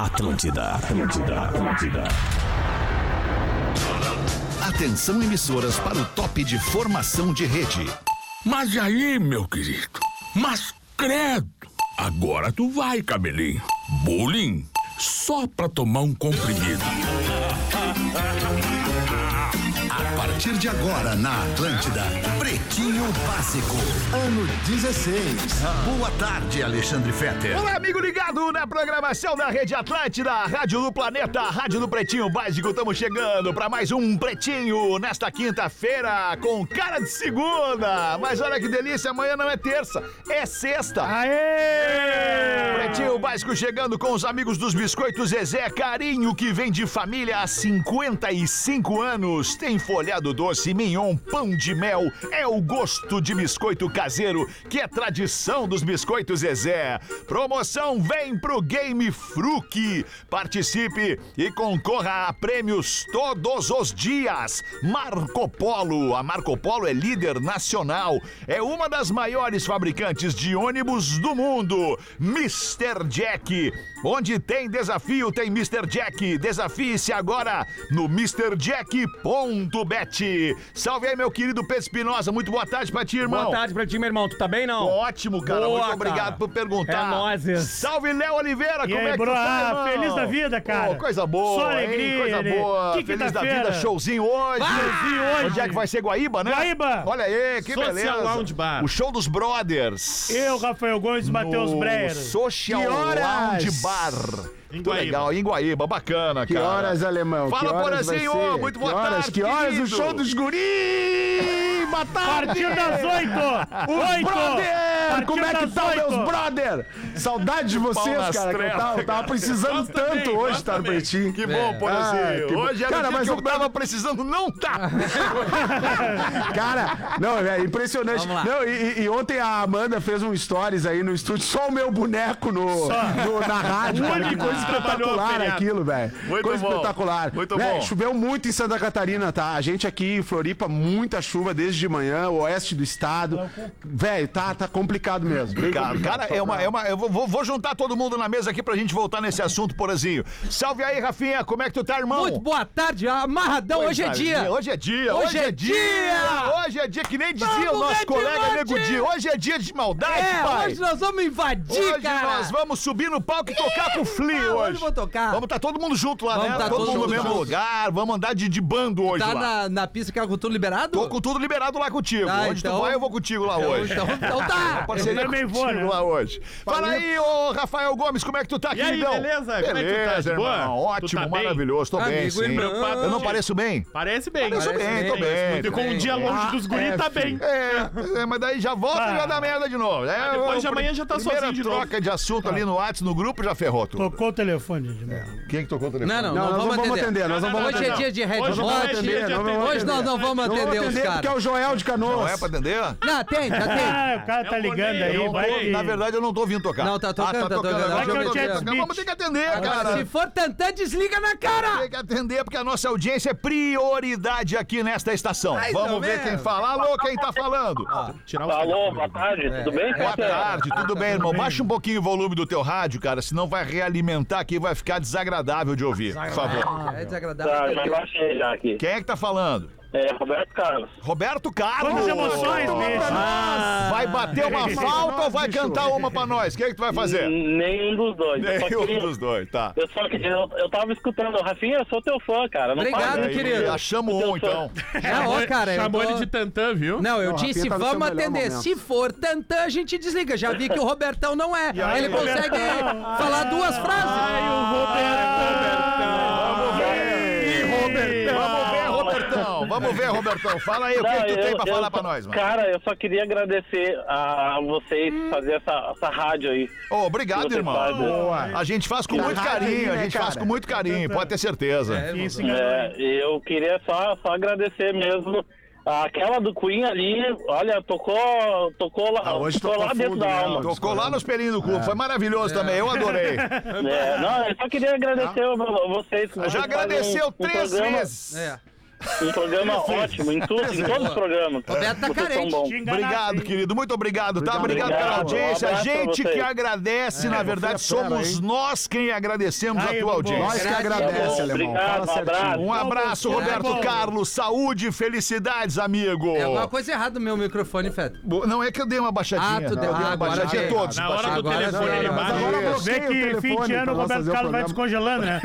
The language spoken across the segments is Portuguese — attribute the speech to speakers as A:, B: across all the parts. A: Atlântida, Atlântida, Atlântida.
B: Atenção emissoras para o top de formação de rede.
C: Mas aí, meu querido, mas credo! Agora tu vai, cabelinho. Bullying? Só pra tomar um comprimido.
B: A partir de agora na Atlântida, Pretinho Básico, ano 16. Boa tarde, Alexandre Fetter.
D: Olá, amigo ligado na programação da Rede Atlântida, Rádio do Planeta, Rádio do Pretinho Básico. Estamos chegando para mais um Pretinho nesta quinta-feira, com cara de segunda. Mas olha que delícia, amanhã não é terça, é sexta. Pretinho Básico chegando com os amigos dos Biscoitos Zezé, carinho que vem de família há 55 anos. Tem folhado doce, mignon, pão de mel. É o gosto de biscoito caseiro, que é tradição dos Biscoitos Zezé. Promoção vem pro Game Fruc. Participe e concorra a prêmios todos os dias. Marco Polo. A Marco Polo é líder nacional. É uma das maiores fabricantes de ônibus do mundo. Mr. Jack. Onde tem desafio, tem Mr. Jack. Desafie-se agora no MrJack.bet. Salve aí, meu querido Pedro Espinosa. Muito boa tarde pra ti, irmão.
E: Boa tarde pra ti, meu irmão. Tu tá bem, não?
D: Tô Ótimo, cara.
E: Boa,
D: Muito obrigado
E: cara.
D: por perguntar.
E: É nóis.
D: Salve, Léo Oliveira.
F: E
D: Como
F: aí,
D: é que
F: bro?
D: tu tá,
F: Ah,
D: irmão?
F: feliz da vida, cara.
D: Pô, coisa boa,
F: Só
D: hein?
F: alegria,
D: Coisa
F: né?
D: boa.
F: Que
D: feliz da
F: quinta-feira.
D: vida, showzinho hoje.
F: Showzinho hoje.
D: Onde é que vai ser Guaíba, né?
F: Guaíba.
D: Olha aí, que
E: Social
D: beleza.
E: Lounge Bar.
D: O show dos brothers.
F: Eu, Rafael Gomes, Matheus
D: No
F: Breyer.
D: Social
G: Que horas?
D: Lounge Bar.
E: Em
D: Muito
E: Guaíba.
D: legal, em Guaíba, bacana,
G: Que
D: cara.
G: horas, alemão?
D: Fala,
G: que horas vai
D: Porazinho,
G: ser?
D: muito
G: que
D: boa
G: horas,
D: tarde,
G: Que horas
D: querido.
G: o show dos guri? Boa tarde!
F: Partiu das oito!
G: Os
F: Oito!
G: brother!
F: Partiu
G: Como é que
F: das
G: tá,
F: oito!
G: meus brother? Saudade de vocês,
D: nas
G: cara. que eu
D: trevas,
G: tava, tava precisando
E: Nós
G: tanto
E: também, nós
G: hoje, tá, no
E: também.
G: Pretinho?
D: Que bom, Porazinho.
G: Ah, que bom.
D: Hoje era
G: Cara,
D: o dia
G: mas
D: que eu
G: eu-
D: tava precisando, não tá.
G: Cara, não, é impressionante.
E: Vamos lá.
G: Não, e, e- e ontem a Amanda fez um stories aí
D: É,
G: no estúdio, só o meu boneco no, no- na rádio.
F: O
G: cara, que
F: único
G: Um coisa
F: que trabalhou
G: espetacular
F: feriado.
G: aquilo, velho.
D: Muito
G: Coisa
D: bom.
G: espetacular.
D: Muito
G: Véi,
D: bom.
G: Choveu muito em Santa Catarina, tá? A gente aqui em Floripa, muita chuva desde de manhã, oeste do estado. Velho, tá, tá complicado mesmo. Bem
D: Cara,
G: complicado.
D: cara, é uma. É uma eu vou, vou- vou juntar todo mundo na mesa aqui pra gente voltar nesse assunto, porazinho. Salve aí, Rafinha, como é que tu tá, irmão?
H: Muito boa tarde, amarradão, hoje é
D: Coisa
H: dia.
D: linda, Hoje é dia,
H: Hoje
D: hoje é
H: é
D: dia!
H: dia.
D: Hoje é dia, que nem dizia o
H: Vamos,
D: nosso
H: Red
D: colega
H: Hot!
D: Nego Di. Hoje é dia de maldade,
H: É,
D: pai!
H: hoje nós vamos invadir,
D: Hoje
H: cara.
D: nós vamos subir no palco e tocar com o Flea
H: Ah,
D: hoje.
H: hoje eu vou tocar.
D: Vamos estar todo mundo junto lá,
H: Vamos
D: né?
H: tá
D: todo,
H: todo
D: mundo no
H: mundo
D: mesmo
H: junto.
D: lugar. Vamos andar de, de bando hoje
H: Tá
D: lá.
H: na, na pista que é com tudo liberado?
D: Tô com tudo liberado lá contigo.
H: Tá,
D: Onde tu
H: então-
D: vai, eu vou contigo lá
H: então,
D: hoje.
H: Então, então
D: A
H: tá.
D: parceria
F: Eu também vou,
D: contigo
F: né?
D: lá hoje. Fala aí, ô Rafael Gomes, como é que tu tá,
E: E aí,
D: queridão?
E: beleza? Como é que tu tá?
D: Beleza,
E: De boa?
D: irmão.
E: Tu
D: Ótimo,
E: tá bem?
D: maravilhoso. Tô bem,
H: Amigo,
D: sim.
H: irmão.
D: Eu não pareço bem?
E: Parece bem.
D: Pareço
H: Parece
D: bem, tô
H: bem,
D: bem.
E: E
D: tô
E: com um
D: bem.
E: dia longe
G: Ah,
E: dos guris,
G: é,
E: tá bem.
G: filho.
D: É, é, mas daí já volta e
F: Ah.
D: já dá merda de novo. É,
E: Ah, depois de
D: o pr-
E: amanhã já tá
D: primeira
E: sozinho de novo. Ah.
D: troca de assunto ali no WhatsApp, no grupo, já ferrou tudo.
F: Tocou o telefone. Edmundo.
D: Quem é que tocou o telefone?
H: Não, não,
G: Não,
H: não,
G: nós
H: vamos atender.
G: nós
D: tá
G: não
E: Não,
G: vamos
E: não,
H: Hoje
G: atender.
H: é dia de Red
E: Hoje não é dia de
H: Hot.
G: não vamos
E: atender.
H: Hoje nós não vamos
G: Não vamos
H: atender os
G: atender porque é
H: caras.
G: o Joel de Canoas.
D: Não é pra atender?
H: Não, atende, atende.
F: Ah, o cara tá
E: Eu
F: ligando
E: olhei,
F: aí,
E: eu
F: vai. que-
D: Na verdade, eu não tô ouvindo tocar. Ah,
H: Não, tá tocando, tá tocando.
D: agora.
F: Vai que é o
D: Vamos ter que
F: Jet
D: tocar,
F: Smith.
D: Vamos ter que atender,
H: Agora,
D: cara.
H: se for tentar, desliga na cara.
D: Tem que atender, porque a nossa audiência é prioridade aqui nesta estação.
H: Mais ou
D: Vamos ver
H: menos. Ah.
D: quem fala. Alô, quem tá falando?
E: Tirar os
I: Alô, boa tarde,
D: É,
I: tudo bem?
D: Boa
I: Fetter?
D: tarde, tudo bem, irmão? Baixa um pouquinho o volume do teu rádio, cara, senão vai realimentar aqui e vai ficar desagradável de ouvir. Por favor.
H: É
I: Tá, já
H: desagradável.
I: baixei já aqui.
D: Quem é que tá falando?
I: É, Roberto Carlos.
D: Roberto Carlos!
F: Vamos emoções, bicho.
D: Vai bater uma falta ou vai cantar uma pra nós? O que é que tu vai
H: Hum,
D: fazer?
I: N- Nenhum dos dois. Eu só
D: Nenhum
I: queria-
D: dos dois, tá.
I: Eu só queria- eu, eu tava escutando, Rafinha, eu sou teu fã, cara. Não
H: Obrigado,
I: faz isso.
H: querido.
D: Achamos um, então.
H: Não, ó, cara, eu
E: Chamou
H: tô-
E: ele de tantã, viu?
H: Não, eu
G: Não,
H: disse,
G: Rafinha tá no seu
H: vamos
G: melhor
H: atender.
G: momento.
H: Se for tantã, a gente desliga. Já vi que o Robertão não é.
D: aí,
H: Ele consegue falar duas frases.
E: Robertão.
D: Ih, Robertão. Vamos ver, Robertão. Vamos ver, Robertão. Fala aí, o que,
I: Não,
D: que tu tem pra
I: eu-
D: falar
I: eu-
D: pra nós, mano?
I: Cara, eu só queria agradecer a vocês
H: Hum.
I: fazer essa, essa rádio aí.
D: Ô, obrigado,
I: Você
D: irmão.
I: faz, né?
D: A gente faz com muito
G: rádio,
D: carinho, a
G: né,
D: gente faz
G: cara?
D: com muito carinho, pode ter certeza.
F: Isso,
I: É, eu queria só, só agradecer mesmo. Aquela do Queen ali, olha, tocou, tocou lá,
G: Ah, hoje
I: tocou lá
G: tocou
I: dentro
G: fundo,
I: da
G: né?
I: alma.
D: Tocou lá nos pelinhos do cu, foi maravilhoso também, eu adorei.
I: É, não, eu só queria agradecer a vocês.
D: Tá. Já
I: Vocês fazem
D: agradeceu
I: um
D: três
I: programa-
D: vezes.
H: É.
I: Um programa ótimo, em tudo, em todos os programas.
H: Roberto tá
I: Vocês são
H: carente.
I: bons.
F: Te enganasse,
D: Obrigado,
F: hein?
D: querido. Muito obrigado, tá? Obrigado,
I: Obrigado.
D: pela
I: Um
D: audiência.
I: abraço pra
D: gente
I: vocês.
D: que agradece, na verdade,
G: você é fera,
D: somos
G: hein?
D: nós quem agradecemos
F: Aí,
D: a tua
F: Bubu.
G: Nós
D: audiência.
G: que
H: Grande
G: agradece,
I: abraço.
G: alemão.
I: Tá Obrigado,
G: Fala
I: um
G: certinho.
I: abraço.
D: Um abraço,
F: Bubu.
D: Roberto
F: Bubu.
D: Carlos. Saúde e felicidades, amigo.
H: É alguma coisa errada no meu microfone, Fede.
D: Bo- Não é que eu dei uma baixadinha.
H: Ah, tu deu-
D: Eu dei
H: ah,
D: uma
H: agora
D: baixadinha
H: deu.
D: todos.
E: Na hora do
H: Agora
E: telefone,
H: já
E: ele
H: era,
G: Mas
E: bate.
G: agora eu
F: Vê
G: bloqueio o
F: que
G: telefone
F: fim de ano
G: pra
F: o
G: nós
F: Roberto
G: fazer o
F: Carlos vai
G: programa.
F: descongelando, né?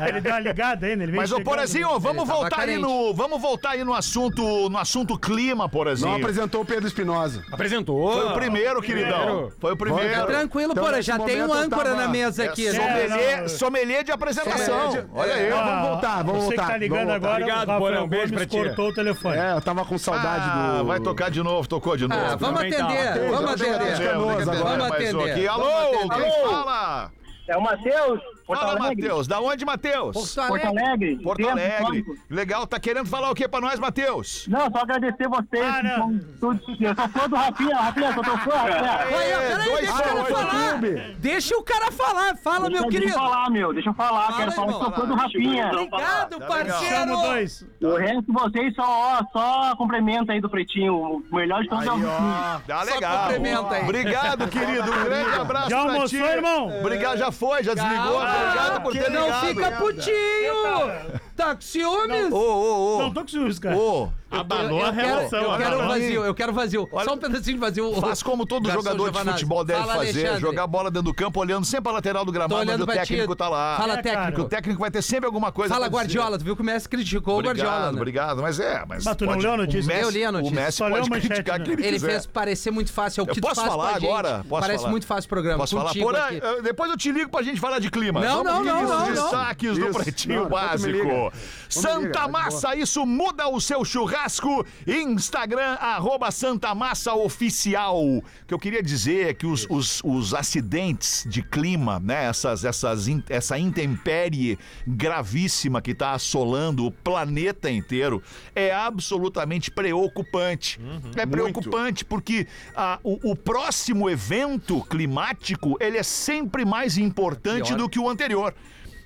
F: Aí Ele dá uma ligada ainda, ele vem
D: Mas, ô
F: chegando.
D: Porazinho, vamos
H: né? É, tava
D: voltar aí
H: carente.
D: no. Vamos voltar aí no assunto, no assunto clima, Porazinho.
G: Não apresentou o Pedro Espinosa.
E: Apresentou.
D: Foi o primeiro, queridão. Foi o primeiro.
H: Tranquilo,
G: Então,
H: Porã,
G: nesse
H: já tem um
G: momento eu
H: âncora
G: tava-
H: na mesa
D: É
H: aqui. né?
F: sommelier.
D: sommelier,
F: não.
D: sommelier de apresentação.
G: Sommelier de-
D: Olha
H: É,
D: aí.
G: Vamos
F: Ah,
G: voltar, vamos
F: Você que
G: voltar,
F: tá ligando
G: vamos voltar.
F: agora,
E: Obrigado,
F: o Rafael
E: Porã, um beijo pra
F: Gomes
E: ti.
F: cortou o telefone.
G: É, eu tava com saudade
D: Ah,
G: do.
D: vai tocar de novo, tocou de novo.
H: Ah, vamos
E: Também tá.
H: atender, vamos
G: Atende, atende.
H: atender. é
D: Tem
G: Canoas
D: que
G: agora.
D: atender mais um
H: Vamos
D: aqui.
H: atender.
D: Alô,
H: Vamos atender.
D: quem
I: Alô?
D: fala?
I: É o Matheus, Porto
D: Fala,
I: Alegre.
D: Matheus. Da onde, Matheus?
H: Porto Alegre.
I: Porto Alegre.
D: Porto
I: Dentro,
D: Alegre.
I: campo.
D: Legal, tá querendo falar o que pra nós, Matheus?
I: Não, só agradecer vocês.
F: Ah,
I: que
F: não.
I: são tudo- Eu sou fã do Rafinha, Rafinha, sou teu fã, Rafinha.
H: Olha, peraí,
D: dois
H: deixa o
D: pra
H: cara
D: oito,
H: falar.
G: clube.
H: Deixa o cara falar. Fala, meu
I: Deixa eu
H: querido.
I: falar, meu. Deixa eu falar.
H: Fala
I: quero
H: aí,
I: falar que
H: irmão.
I: sou fã do Rafinha.
G: Tá
H: Obrigado,
F: Chama
H: parceiro.
F: o dois.
I: O resto de vocês só, ó, só complementa aí do Pretinho. O melhor de todos é o Rafinha.
D: Tá
H: Só
D: legal.
H: cumprimenta aí.
D: Obrigado, querido. Um grande abraço
F: Já
D: pra ti.
F: almoçou, irmão?
D: Obrigado, já foi, já desligou.
H: Calma.
D: Obrigado por ter
H: Não
D: ligado.
H: fica putinho. Tá com ciúmes?
D: Ô, ô,
F: Não
D: ô.
F: tô com ciúmes, cara.
D: Ô,
E: Abanou a
H: eu quero,
E: relação.
H: eu quero
E: abanou.
H: vazio, eu quero vazio. Só um pedacinho de vazio.
D: Faz como todo
H: Garçom
D: jogador de
H: Giovanazzi.
D: futebol deve
H: Fala,
D: fazer,
H: Alexandre.
D: jogar bola dentro do campo, olhando sempre a lateral do
H: Tô
D: gramado, onde
H: olhando
D: o
H: pra ti.
D: técnico tá lá.
H: Fala,
F: É,
D: Que o
H: técnico.
D: técnico vai ter sempre alguma coisa
H: Fala,
D: pra dizer.
H: Guardiola. Tu viu é que o Messi criticou o Guardiola.
D: Obrigado,
H: né?
D: obrigado. Mas é, mas.
F: Mas tu não
D: pode-
F: leu a notícia?
D: O Messi,
H: Eu li a notícia.
D: O Messi
F: Só leu
D: pode
F: a manchete,
D: criticar
F: né?
D: quem ele,
H: Ele
D: quiser.
H: fez parecer muito fácil. É o
D: Eu
H: que tu
D: posso
H: faz com
D: falar
H: a gente.
D: agora? Posso
H: Parece
D: falar?
H: muito fácil o programa.
D: Posso falar?
H: Contigo
D: Porã,
H: aqui.
D: eh, depois eu te ligo pra gente falar de clima.
H: Não, não,
D: pedir
H: não,
D: os
H: não, não.
D: destaques do
G: Isso.
D: Pretinho
G: Não, depois tu me liga.
D: Básico.
G: Tu me liga,
D: Santa
G: vai de
D: Massa, isso muda o seu churrasco. Instagram, arroba Santa Massa Oficial. O que eu queria dizer é que os, os, os acidentes de clima, né? Essas, essas, in- essa intempérie gravíssima que está assolando o planeta inteiro é absolutamente preocupante. é preocupante porque ah, o, o próximo evento climático ele é sempre mais importante
H: Pior.
D: do que o anterior.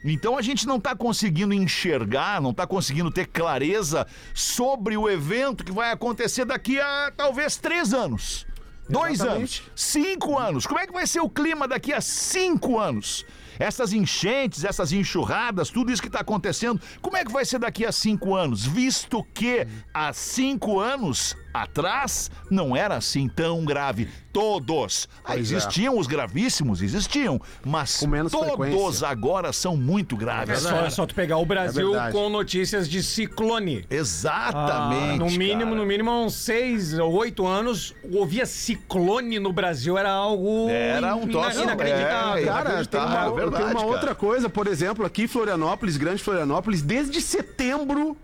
D: Então a gente não está conseguindo enxergar, não está conseguindo ter clareza sobre o evento que vai acontecer daqui a talvez três anos. Dois anos, cinco anos. Como é que vai ser o clima daqui a cinco anos? Essas enchentes, essas enxurradas, tudo isso que está acontecendo, como é que vai ser daqui a cinco anos? Visto que há cinco anos atrás não era assim tão grave. Todos. Ah, existiam os gravíssimos, existiam, mas
G: é. Com menos
D: todos
G: frequência.
D: agora são muito
E: É
D: graves.
E: só, é só tu pegar o Brasil
G: É verdade.
E: com notícias de ciclone. Ah,
D: Exatamente.
E: no mínimo,
D: cara.
E: no mínimo, há uns seis ou oito anos, ouvia ciclone no Brasil, era algo
D: Era um
E: ina-
D: troço-
E: inacreditável.
D: é,
G: Cara, tem
D: Inacreditável,
G: uma,
D: é verdade,
G: tem uma
D: cara.
G: outra coisa, por exemplo, aqui em Florianópolis, Grande Florianópolis, desde setembro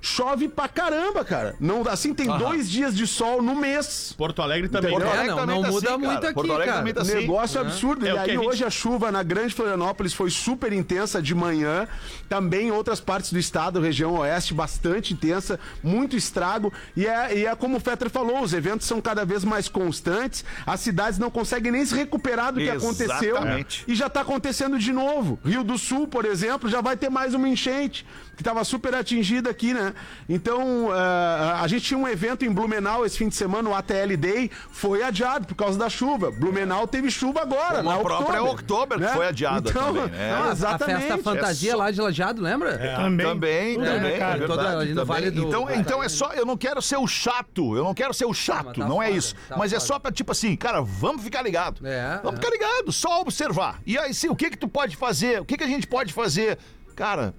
G: chove pra caramba, cara. Não, assim, tem dois dias de sol no mês.
J: Porto Alegre também.
D: Porto
G: Entendeu?
D: Alegre
H: É, não,
D: também
H: não
D: tá
H: muda
D: assim,
H: muito
D: cara.
H: aqui,
D: Porto Alegre
H: cara.
D: também tá assim.
G: Negócio absurdo.
J: É
G: e
J: o que
G: aí
J: a gente-
G: hoje a chuva na Grande Florianópolis foi super intensa de manhã. Também em outras partes do estado, região oeste, bastante intensa, muito estrago. E é, e é como o Fetter falou, os eventos são cada vez mais constantes, as cidades não conseguem nem se recuperar do que aconteceu.
D: Exatamente.
G: E já está acontecendo de novo. Rio do Sul, por exemplo, já vai ter mais uma enchente, que estava super atingida aqui, né? Então, ah, a gente tinha um evento em Blumenau esse fim de semana, o ATL Day, foi adiado por causa da chuva. Blumenau teve chuva agora, né?
D: Como
G: na
D: a própria Oktober, que foi adiada também, né?
G: Então, não,
H: Ah,
G: exatamente.
H: A festa fantasia
D: É só-
H: lá de Lajeado, lembra?
F: Também.
D: Também,
F: Tudo é
D: também.
F: mercado.
D: é verdade,
H: Toda- ali no
D: também.
H: Vale do-
D: então,
H: Vale.
D: então é só. Eu não quero ser o chato. Eu não quero ser o chato.
H: mas tá
D: não é
H: foda,
D: isso.
H: tá
D: mas é
H: foda.
D: só pra, tipo assim, cara, vamos ficar ligado.
H: É,
D: vamos
H: é.
D: ficar ligado, só observar. E aí, sim, o que que tu pode fazer? O que que a gente pode fazer? Cara,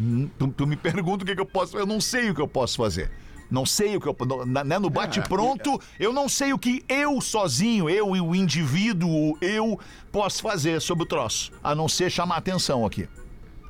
D: hum, tu, tu me pergunta o que que eu posso. Eu não sei o que eu posso fazer. Não sei o que eu. no- na- né, no
F: É,
D: bate-pronto, eu não sei o que eu sozinho, eu e o indivíduo, eu posso fazer sobre o troço. A não ser chamar atenção aqui.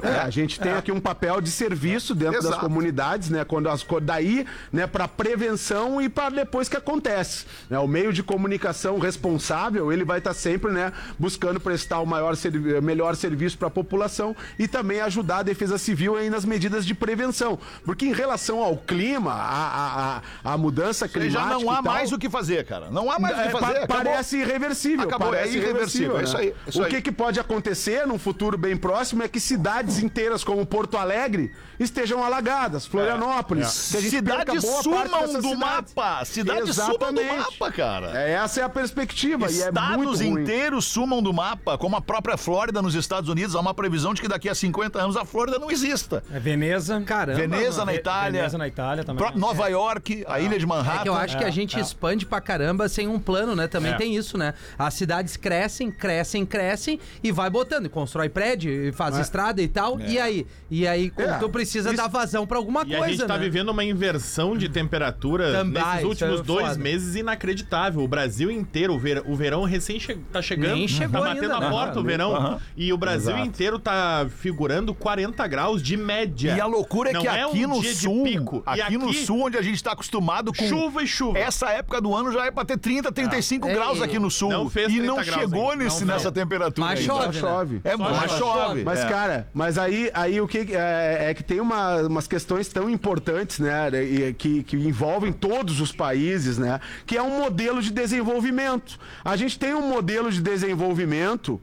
G: É, a gente tem aqui um papel de serviço dentro das
D: Exato.
G: comunidades, né? Quando as co- daí, né, para prevenção e para depois que acontece, né? O meio de comunicação responsável, ele vai estar sempre, né, buscando prestar o maior servi- melhor serviço para a população e também ajudar a Defesa Civil aí nas medidas de prevenção, porque em relação ao clima, a, a, a, a mudança
D: Porque
G: climática
D: já não há
G: e tal,
D: mais o que fazer, cara. Não há mais o
G: é,
D: que fazer.
G: pa-
D: acabou.
G: parece irreversível.
D: Acabou, é
G: parece né?
D: irreversível, é isso aí, é isso
G: o
D: aí.
G: que, que pode acontecer num futuro bem próximo é que cidades cidades inteiras como Porto Alegre estejam
D: É,
G: alagadas, Florianópolis. que a gente perca
D: Cidades
G: boa parte
D: sumam
G: dessas
D: do
G: cidades.
D: mapa. Cidades sumam do
G: Exatamente.
D: mapa, cara.
G: É, essa é a perspectiva e é muito
D: Estados
G: ruim.
D: inteiros sumam do mapa, como a própria Flórida nos Estados Unidos. Há uma previsão de que daqui a 50 anos a Flórida não exista.
E: É Veneza.
H: Caramba.
D: Veneza
H: mano.
D: na
E: Ve-
D: Itália,
E: Veneza na Itália também.
D: pró- Nova York, a ilha de Manhattan.
H: É que eu acho que a gente expande pra caramba sem um plano, né? Também
E: É.
H: tem isso, né? As cidades crescem, crescem, crescem e vai botando, e constrói prédio, e
E: É.
H: faz estrada e tal. E aí? E aí
G: É.
H: tu precisa
G: Isso-
H: dar vazão pra alguma
J: E
H: coisa,
J: a gente tá
H: né?
J: vivendo uma inversão de temperatura
H: Também,
J: nesses
H: isso
J: últimos
H: é
J: dois
H: foda.
J: meses inacreditável. O Brasil inteiro, o, ver- o verão recém che tá chegando.
H: Nem chegou
J: tá batendo
H: ainda,
J: a
H: né?
J: porta o verão. E o Brasil inteiro tá figurando 40 graus de média.
D: E a loucura é
J: Não
D: que
J: é um
D: aqui no
J: dia de
D: sul,
J: pico.
D: aqui,
J: E
D: no
J: aqui-
D: sul, onde a gente tá acostumado com
J: Chuva e chuva.
D: Essa época do ano já é pra ter 30, 35
H: É,
D: graus
H: e-
D: aqui no sul.
J: Não fez
D: e não
J: 30 graus
D: chegou
J: ainda.
D: nesse,
J: Não,
D: nessa
J: não.
D: temperatura.
H: Mas
D: aí.
H: chove,
G: Só
H: né?
G: chove.
D: É, mas
H: chove.
D: chove.
G: Mas,
D: É.
G: cara, mas aí, aí o que é, é que tem uma- umas questões tão importantes, né? e- Que, que envolvem todos os países, né? Que é um modelo de desenvolvimento. A gente tem um modelo de desenvolvimento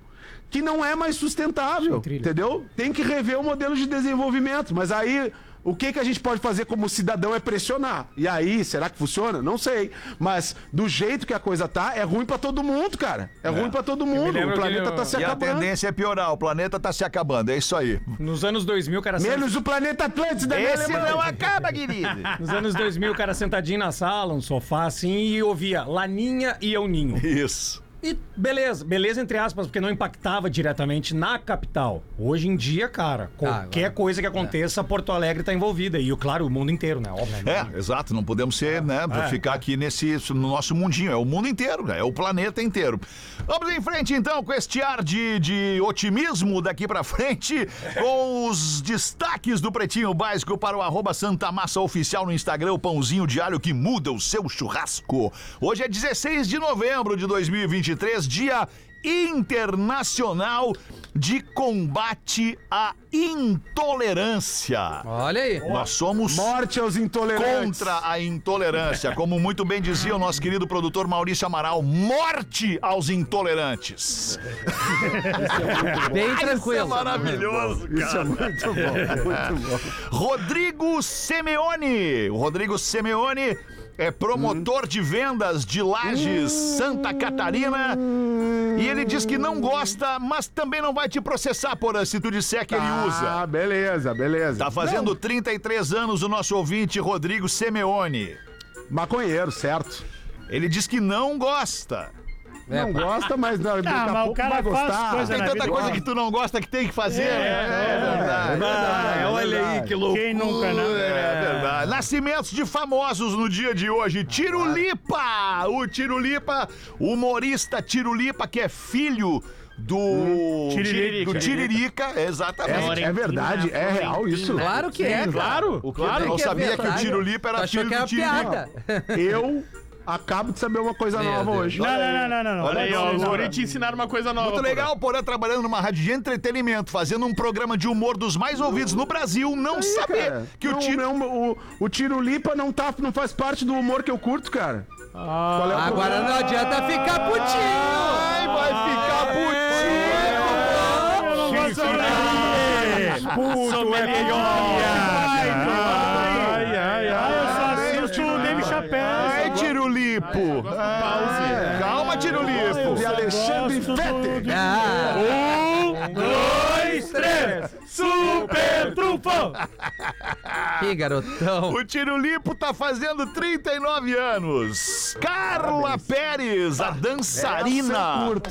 G: que não é mais sustentável, entendeu? Tem que rever o modelo de desenvolvimento, mas aí o que, que a gente pode fazer como cidadão é pressionar. E aí, será que funciona? Não sei. Mas do jeito que a coisa tá, é ruim pra todo mundo, cara. É, ruim pra todo mundo.
E: lembro
G: O planeta
E: aquele-
G: tá se
D: E a
G: acabando.
D: tendência é piorar, o planeta tá se acabando, é isso aí.
E: Nos anos 2000, o cara
G: Menos o planeta Atlântida, né,
D: Esse
G: Alemão?
D: não acaba, querido.
E: Nos anos 2000, o cara sentadinho na sala, um sofá assim, e ouvia Laninha e Eu Ninho.
D: Isso.
E: E beleza, beleza entre aspas, porque não impactava diretamente na capital. Hoje em dia, cara, qualquer
H: Ah, agora- é.
E: coisa que aconteça, Porto Alegre tá envolvida. E, claro, o mundo inteiro, né? Óbvio.
D: É, exato, não podemos ser, né, pra ficar aqui nesse no nosso mundinho, é o mundo inteiro, né, é o planeta inteiro. Vamos em frente então com este ar de, de otimismo daqui pra frente, com os destaques do Pretinho Básico para o arroba Santa Massa Oficial no Instagram, o pãozinho de alho que muda o seu churrasco. Hoje é 16 de novembro de 2023, dia internacional de combate à intolerância.
H: Olha aí.
D: Nós somos
G: Morte aos intolerantes.
D: contra a intolerância, como muito bem dizia o nosso querido produtor Maurício Amaral, morte aos intolerantes.
H: Bem
D: Isso é
H: tranquilo.
D: maravilhoso.
G: Isso é muito bom, muito bom.
D: Rodrigo Semeone. O Rodrigo Semeone é promotor de vendas de Lages, Santa Catarina. E ele diz que não gosta, mas também não vai te processar, Porã, se tu disser que ele usa.
G: Ah, beleza, beleza.
D: Tá fazendo 33 anos o nosso ouvinte Rodrigo Semeone.
G: Maconheiro, certo.
D: Ele diz que não gosta.
H: É,
G: não gosta, mas não, daqui a
F: Ah, mas o
G: pouco
F: cara
G: vai
F: faz
G: gostar. É
F: coisa-
D: Tem
F: na
D: tanta
F: vida
D: coisa
F: igual.
D: que tu não gosta que tem que fazer. né? É, verdade.
J: é
E: Ah, olha aí,
G: verdade.
E: que louco.
F: Quem nunca, né?
D: É verdade. Nascimentos de famosos no dia de hoje. Tirulipa! O Tirulipa, humorista Tirulipa, que é filho do.
F: Tiririca.
D: Do Tiririca, exatamente.
G: É, é verdade, é real isso.
F: né?
H: Claro que é, claro.
D: O que eu não
H: que é
D: sabia que o
H: verdade.
D: Tirulipa
H: Tu
D: era
H: achou
D: filho
H: que era
D: do Tiririca.
H: piada.
G: Eu acabo de saber uma coisa
H: Meu
G: nova
H: Deus.
G: hoje.
F: Não, não, não, não, não, não.
J: Olha aí, ó,
F: Não,
J: os
F: não,
J: guri te ensinaram uma coisa nova.
D: Muito legal, porém, trabalhando numa rádio de entretenimento, fazendo um programa de humor dos mais ouvidos no Brasil, não
G: Aí,
D: saber
G: cara,
D: que
G: não,
D: o Tiro.
G: não, o, o tiro lipa não, tá, não faz parte do humor que eu curto, cara.
F: Ah.
G: Qual é o
H: Agora
G: problema?
H: não adianta ficar putinho.
D: Ai, vai ficar putinho!
F: Eu não vou
G: Ah,
F: saber.
J: Puto é
F: Ai, ai,
J: Ai,
F: ai,
J: ai,
F: eu
J: ai.
F: só assisto o Dave
D: Ai,
F: Chapéu.
D: Tirulipo! Ai, Calma, Tirulipo!
G: De Alexandre
F: Gosto
G: Fetter.
J: É
F: do-
H: Ah,
F: Dois, três.
G: É
F: Super trufão.
H: Ah, que garotão.
D: O Tirulipo tá fazendo 39 anos. Carla Pérez,
F: é
D: a
G: Essa eu
D: dançarina.
G: curto.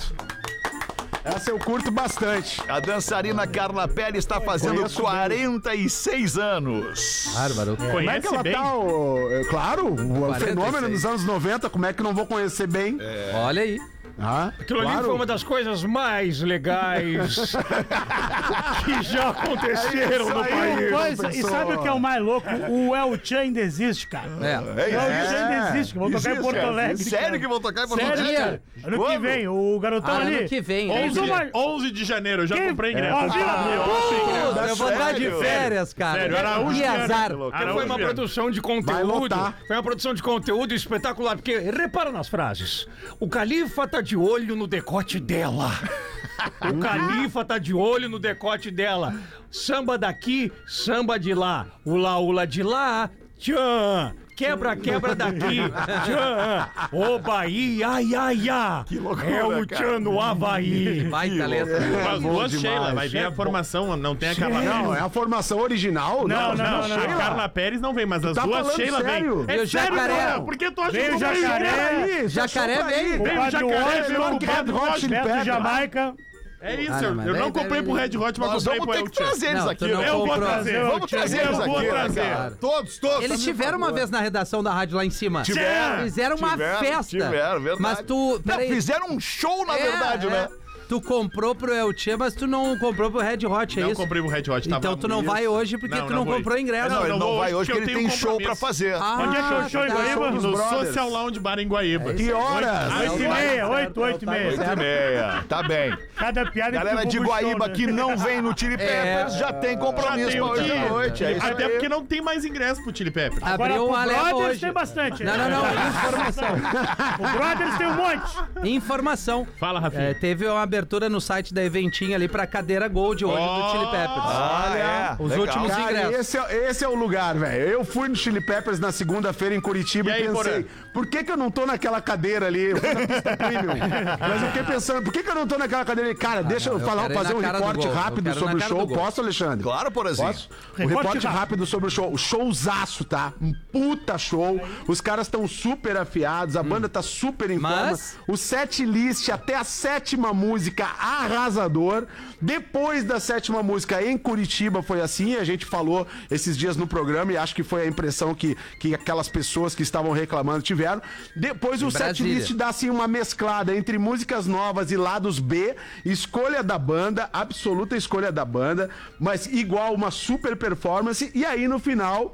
G: Essa eu curto bastante.
D: A dançarina Carla Pérez tá fazendo 46 anos.
H: Bárbaro.
G: Como é que ela tá, ô, é, claro, o
H: 46.
G: fenômeno dos anos 90, como é que não vou conhecer bem?
H: Olha aí.
G: Ah,
E: Aquilo ali
G: claro.
E: foi uma das coisas mais legais que já aconteceram no país.
F: Coisa, e sabe o que é o mais louco? O El Chan ainda existe, cara.
H: É.
D: É
F: O
D: isso.
F: El Chan ainda existe. que Vou tocar em
D: Existe,
F: Porto
D: cara.
F: Alegre.
D: Sério
F: cara.
D: que vão tocar em Porto
F: Sério?
D: Alegre?
H: Sério?
F: Ano que
D: Quando?
F: vem, o garotão
H: Ah,
F: ali.
H: ano que vem. né?
F: Fez uma.
J: 11 de janeiro, eu já
F: Quem-
J: comprei
F: Ó,
G: é?
J: ingresso.
F: viu?
H: Putz, eu vou estar de
D: sério?
H: férias, cara.
J: Tá Sério, Araújo
H: que
J: Viana,
H: azar.
J: louco.
E: Cara, foi uma
J: Araújo.
E: produção de
G: Vai
E: conteúdo.
G: lotar.
E: Foi uma produção de conteúdo espetacular, porque repara nas frases. O Califa tá de olho no decote dela. O Califa tá de olho no decote dela. Samba daqui, samba de lá. O laula de lá, tchan. Quebra, quebra daqui. Tchan. Ô Bahia, ai, ai, ai. Que loucura, é o tchan no Havaí.
H: Vai, tá talento.
J: As duas é
G: é
J: Sheila, vai
F: É
J: vir a formação, não tem a Carla Pérez.
G: Não, é a formação original?
J: Não, não,
G: a
J: não,
G: Sheila.
J: a Carla Pérez não vem, mas as
F: Então,
G: tá
J: duas
G: falando
J: Sheila
G: sério?
J: vem.
H: E o Jacaré?
J: cara? Por que tu acha que
F: Veio
J: eu
F: o
J: não
F: Jacaré.
J: é
G: Aí, só
H: Jacaré
G: sopra aí.
H: veio.
J: Veio o
F: Padre
J: Jacaré,
F: Horta,
J: veio o
F: Padre
J: Padre
G: Hot
J: Hot.
G: Chili
F: Beto
G: Pepper.
F: Jamaica.
J: É
H: Ah,
J: isso, eu-
H: não,
J: eu
H: mas
J: não
H: daí-
J: comprei
H: daí-
J: pro Red Hot, mas
D: Nós vamos
J: comprei pro
D: ter que
J: El-Chan.
D: trazer eles
H: Não,
D: aqui,
H: tu não
D: né?
J: Eu vou
H: comprou.
J: trazer,
D: Vamos trazer
J: eu
D: eles
J: vou
D: aqui, né,
J: trazer.
D: cara? Todos, todos.
H: Eles tiveram uma vez na redação da rádio lá em cima.
D: Tiveram,
H: Fizeram uma
D: tiveram,
H: festa.
D: tiveram, verdade.
H: Mas tu.
D: Não,
H: peraí.
D: fizeram um show, na
H: É,
D: verdade,
H: é.
D: né?
H: Tu comprou pro El Tchê, mas tu não comprou pro Red Hot, é
J: Não
H: isso?
J: comprei pro Red Hot, tá tava
H: Então tu não
J: isso.
H: vai hoje porque tu não
J: vou
H: comprou
J: hoje.
H: ingresso.
J: É,
D: Não, ele não
J: vou
D: vai hoje
J: eu
D: porque ele
J: tenho
F: um
D: tem show pra
J: compromisso.
D: fazer.
F: Onde é que é o show em
H: tá.
F: Guaíba?
J: No
G: Brothers.
J: Social Lounge Bar em Guaíba.
F: É
G: Que horas?
H: É
F: Oito e meia, oito, oito e meia.
D: Oito e meia. Tá bem.
F: Cada piada é tipo um
D: Galera de Guaíba
F: né?
D: que não vem no
H: É.
D: Chili Peppers já tem compromisso
J: tem o
D: pra hoje
J: que-
D: à noite. É isso
J: Até
D: aí.
J: porque não tem mais ingresso pro Chili Pepper.
F: Agora,
E: um
H: Abriu
F: pro
H: o alerta
F: Brothers
H: hoje.
F: tem bastante.
H: Não, não, não.
F: O Brothers tem um monte.
H: Informação.
J: Fala, Rafinha.
H: É, teve uma abertura no site da Eventinha ali pra cadeira Gold hoje do Chili Peppers.
D: Ah, é.
H: Os
D: Legal.
H: últimos
G: Cara,
H: ingressos.
G: esse é, esse é o lugar, velho. Eu fui no Chili Peppers na segunda-feira em Curitiba
J: E
G: e,
J: aí,
G: pensei,
J: Porã?
G: por que, que eu não tô naquela cadeira ali? Eu fui na pista premium. Mas eu fiquei pensando, por que, que eu não tô naquela cadeira ali? Cara, deixa eu,
H: Ah, eu
G: falar,
H: quero ir
G: fazer
H: na
G: um
H: cara do
G: recorte
H: gol. Eu
G: rápido
H: quero ir
G: sobre
H: na
G: o
H: cara do
G: show.
H: gol.
G: Posso, Alexandre?
D: Claro, Porazinho.
G: Posso? O reporte rápido sobre o show. O Showzaço, tá? Um puta show. Os caras estão super afiados, a banda tá super em
H: Mas-
G: forma. O set list até a sétima música arrasador. Depois da sétima música em Curitiba foi assim, a gente falou esses dias no programa e acho que foi a impressão que, que aquelas pessoas que estavam reclamando tiveram. Depois o set
H: Brasília.
G: list dá assim uma mesclada entre músicas novas e lados B, escolha da banda, absoluta escolha da banda, mas igual uma super performance. E aí no final.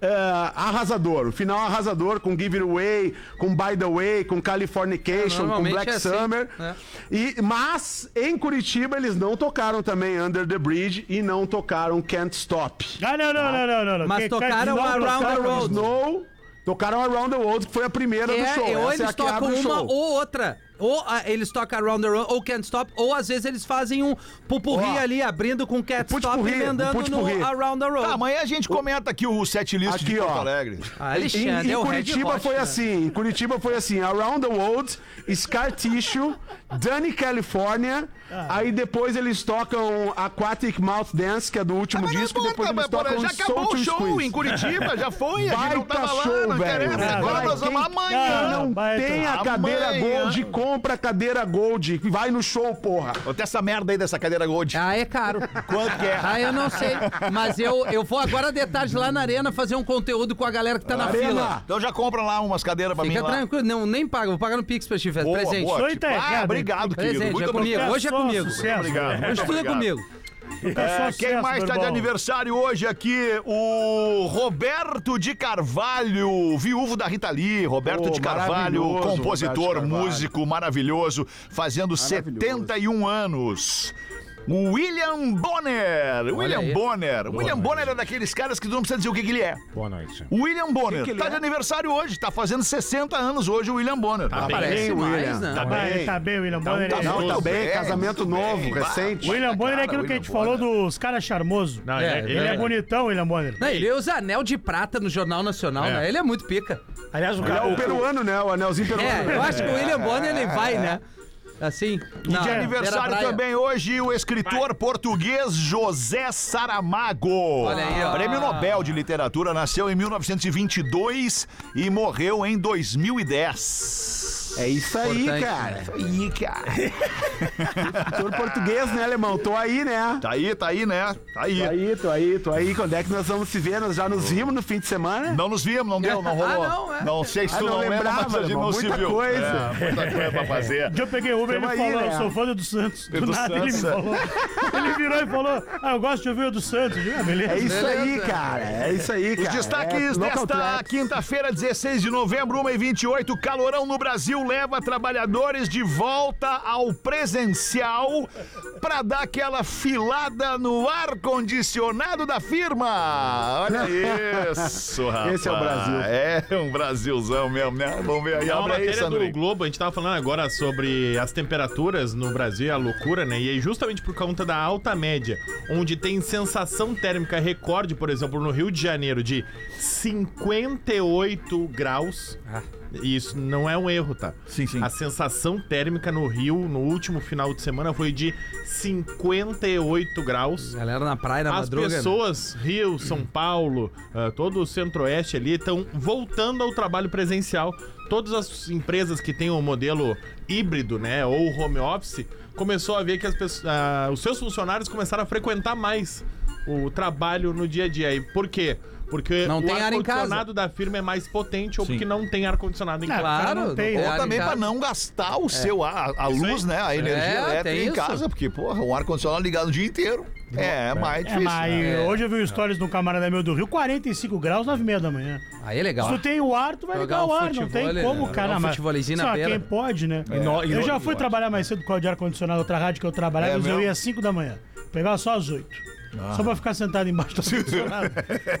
G: é, arrasador, o final arrasador com Give It Away, com By the Way, com
H: É,
G: Californication, com
H: normalmente
G: Black
H: é assim,
G: Summer.
H: né?
G: E, mas em Curitiba eles não tocaram também Under the Bridge e não tocaram Can't Stop.
F: Ah, não, não, não, não, não, não.
H: Mas
F: Que-
H: tocaram
F: não,
H: Around the
F: tocaram-
H: World.
G: Snow tocaram Around the World, que foi a primeira do show.
H: É, ou
G: Essa é
H: eles
G: a que
H: tocam
G: abre o
H: uma
G: show.
H: ou outra. Ou ah, eles tocam Around the Road ou Can't Stop, ou às vezes eles fazem um pupurri
G: Ó,
H: ali, abrindo com Can't Stop
G: putpurri,
H: e emendando
G: um putpurri.
H: no Around the Road.
D: Tá, amanhã a gente comenta aqui o set list
G: Aqui,
D: de Porto
G: ó.
D: Alegre.
H: Ah,
G: Em,
H: Alexandre,
G: em
H: é o Red
G: Curitiba
H: Hot,
G: foi
H: né?
G: assim, em Curitiba foi assim, Around the World, Scar Tissue, Danny California,
H: Ah.
G: aí depois eles tocam Aquatic Mouth Dance, que é do último
D: Mas não
G: disco,
D: importa,
G: depois eles
D: mas,
G: tocam
D: Porã, Já acabou
G: Soul
D: o
G: to
D: show
G: Squeeze.
D: em Curitiba, já foi, a gente não
G: Baita
D: tava lá,
G: show,
D: não
G: velho.
D: interessa. Agora
G: Vai,
D: nós vamos
G: quem-
D: amanhã.
G: Não
F: Vai,
G: tem a
D: então.
G: cadeira
D: Amanhã.
G: Gold, compra a cadeira Gold, vai no show, porra.
D: Até essa merda aí dessa cadeira Gold.
H: Ah, é caro.
D: Quanto que é?
H: Ah, eu não sei. Mas eu, eu vou agora de tarde lá na arena fazer um conteúdo com a galera que tá na
G: Arena.
H: fila.
D: Então já compra lá umas cadeiras pra
H: Fica
D: mim lá.
H: tranquilo, não, nem paga, vou pagar no Pix pra ti, Fez.
D: Boa,
H: Presente.
D: boa.
F: Isso aí
D: Tipo,
F: tá
D: ah,
F: errado.
D: obrigado, querido.
H: Presente,
D: Muito
H: é comigo.
D: obrigado.
H: Hoje é
F: Só
H: comigo.
F: Sucesso.
D: Obrigado.
H: Hoje tudo é comigo.
D: É, quem mais tá de aniversário hoje aqui? O Roberto de Carvalho, viúvo da Rita Lee. Roberto
G: Pô,
D: de Carvalho,
G: maravilhoso,
D: compositor,
G: Roberto de Carvalho.
D: músico maravilhoso, fazendo 71 anos. O William Bonner. William
H: aí.
D: Bonner. William Bonner é daqueles caras que tu não precisa dizer o que, que ele é.
E: Boa noite.
D: William Bonner. tá
G: é?
D: de aniversário hoje, tá fazendo 60 anos hoje o William Bonner.
J: Tá bem.
H: Parece
G: Ei,
H: mais,
G: William.
H: né?
F: Vai, tá bem, William Bonner.
D: tá
F: é-
G: Não, tá
D: Gostoso.
G: bem,
D: É,
G: casamento
D: muito
G: novo,
D: bem,
G: recente.
D: vai.
F: William Bonner é aquilo que a
D: William
F: gente
D: Bonner.
F: falou dos caras charmosos.
J: Não,
H: É,
J: ele,
H: é
J: ele
F: Ele
J: é
F: é bonitão, William Bonner.
H: Não, ele usa anel de prata no Jornal Nacional,
J: É.
H: né? Ele é muito pica.
E: Aliás, o
G: É
E: cara.
G: o peruano, né? O anelzinho peruano.
H: É, eu acho que o William Bonner ele vai, né? Assim. na
D: De
H: beira-praia.
D: aniversário também hoje o escritor português José Saramago.
H: Olha aí, ó.
D: Prêmio Nobel de Literatura nasceu em 1922 e morreu em 2010.
G: É isso aí,
H: Importante,
G: cara.
D: Aí, cara.
G: Ator português, né, alemão? Tô aí, né?
D: Tá aí, tá aí, né? Tá aí.
G: Tô aí, tô aí, tô aí. Quando é que nós vamos se ver? Nós já nos vimos no fim de semana?
D: Não nos vimos, não deu, não rolou.
H: Ah, não, é.
D: sei se
G: Ah,
D: tu
G: não
D: não, lembra,
G: lembrava,
D: mas a gente
G: irmão,
D: não se
G: muita
D: viu.
G: coisa.
D: É, muita coisa pra fazer.
F: Um dia eu peguei o Uber e ele
G: Tamo aí,
F: falou,
G: né?
F: eu sou fã do, do Santos. Do,
D: do
F: nada ele me
D: Santos,
F: falou. ele virou e falou, ah, eu gosto de ouvir o do Santos. Eu digo, ah, beleza.
G: É isso aí,
H: Beleza.
G: cara. É isso aí,
D: Os
G: cara.
D: destaques
G: é,
D: desta
G: local tracks.
D: quinta-feira, 16 de novembro, 1h28, calorão no Brasil, Brasil leva trabalhadores de volta ao presencial para dar aquela filada no ar-condicionado da firma. Olha isso, rapaz.
G: Esse é o Brasil.
D: É um Brasilzão mesmo, né? Vamos ver aí.
J: É uma
D: Abre aí,
J: matéria do
D: Sandrinho.
J: Globo, a gente tava falando agora sobre as temperaturas no Brasil, a loucura, né? E aí justamente por conta da alta média, onde tem sensação térmica recorde, por exemplo, no Rio de Janeiro, de 58 graus. E Isso não é um erro, tá?
K: Sim, sim.
J: A sensação térmica no Rio no último final de semana foi de 58 graus.
H: Galera na praia, na
J: As
H: madruga. né?
J: pessoas, Rio, São Paulo, ah, todo o centro-oeste ali, estão voltando ao trabalho presencial. Todas as empresas que têm o modelo híbrido, né, ou home office, começou a ver que as pessoas, ah, os seus funcionários começaram a frequentar mais o trabalho no dia a dia. E por quê? Porque
H: Não
J: o
H: tem ar em casa.
J: ar-condicionado da firma é mais potente ou
K: Sim.
J: porque não tem ar-condicionado em casa.
H: Claro,
F: não tem.
H: tem
F: Ou
H: ar
D: Ou
H: em
D: também
H: casa.
D: para não gastar
G: É.
D: o seu ar, a luz, né? A energia
H: É, tem
D: elétrica em
H: isso.
D: casa, porque, porra, o ar-condicionado ligado o dia inteiro. É, é mais
F: É,
D: difícil.
F: mas
D: né?
F: hoje eu vi um stories de um camarada meu do Rio, 45 graus, 9 e meia da manhã.
H: Aí é legal.
F: Se tu tem o ar, tu vai
H: Jogar
F: ligar o
H: um
F: ar, não tem
H: futevôlei,
F: como,
H: né?
F: cara.
H: Jogar um
F: mas-
H: futevôleizinho na
F: só
H: beira.
F: quem pode, né?
K: E no- e
F: Eu
K: no-
F: já
K: e
F: fui
K: no-
F: trabalhar mais cedo com a de ar-condicionado, outra rádio que eu trabalhava,
D: É
F: mas eu
D: mesmo?
F: ia às 5 da manhã. Pegava só às 8. Só pra ficar sentado embaixo do ar-condicionado.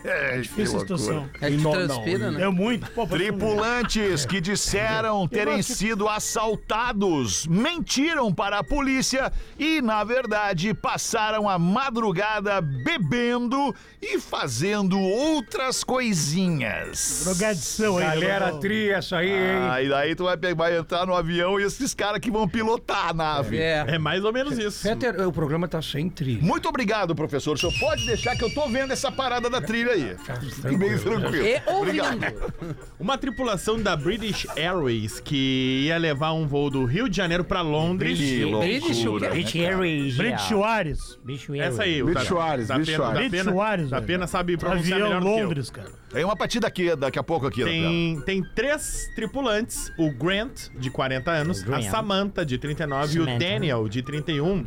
F: É difícil a situação.
H: É que transpira, né?
F: É muito. Pô, pra-
D: Tripulantes que disseram terem
F: gosto de-
D: sido assaltados mentiram para a polícia e, na verdade, passaram a madrugada bebendo e fazendo outras coisinhas.
F: Drogadição aí.
E: Galera
F: né?
E: tri, essa aí, hein?
D: Ah, e daí tu vai, pe- vai entrar no avião e esses caras que vão pilotar a nave.
H: É.
F: Ah.
J: É mais ou menos isso.
E: Peter, o programa tá sem tri.
D: Muito obrigado, professor. O senhor pode deixar que eu tô vendo essa parada da trilha aí. Bem tranquilo.
H: E
D: Obrigado.
H: ouvindo.
J: Uma tripulação da British Airways que ia levar um voo do Rio de Janeiro pra Londres.
D: Que loucura. né,
F: British Airways.
J: Essa aí, o
G: Mitch Soares,
J: da
G: Mitch
J: pena,
G: Soares.
J: Da
F: Mitch
J: pena,
F: Soares,
J: da
F: velho.
J: pena sabe pronunciar
F: Avião
J: melhor do que eu.
F: Londres, cara.
D: Tem uma partida aqui, daqui a pouco aqui. Gabriel.
J: Tem, tem três tripulantes: o Grant, de 40 anos, a Samantha, de 39, e o Daniel, de 31.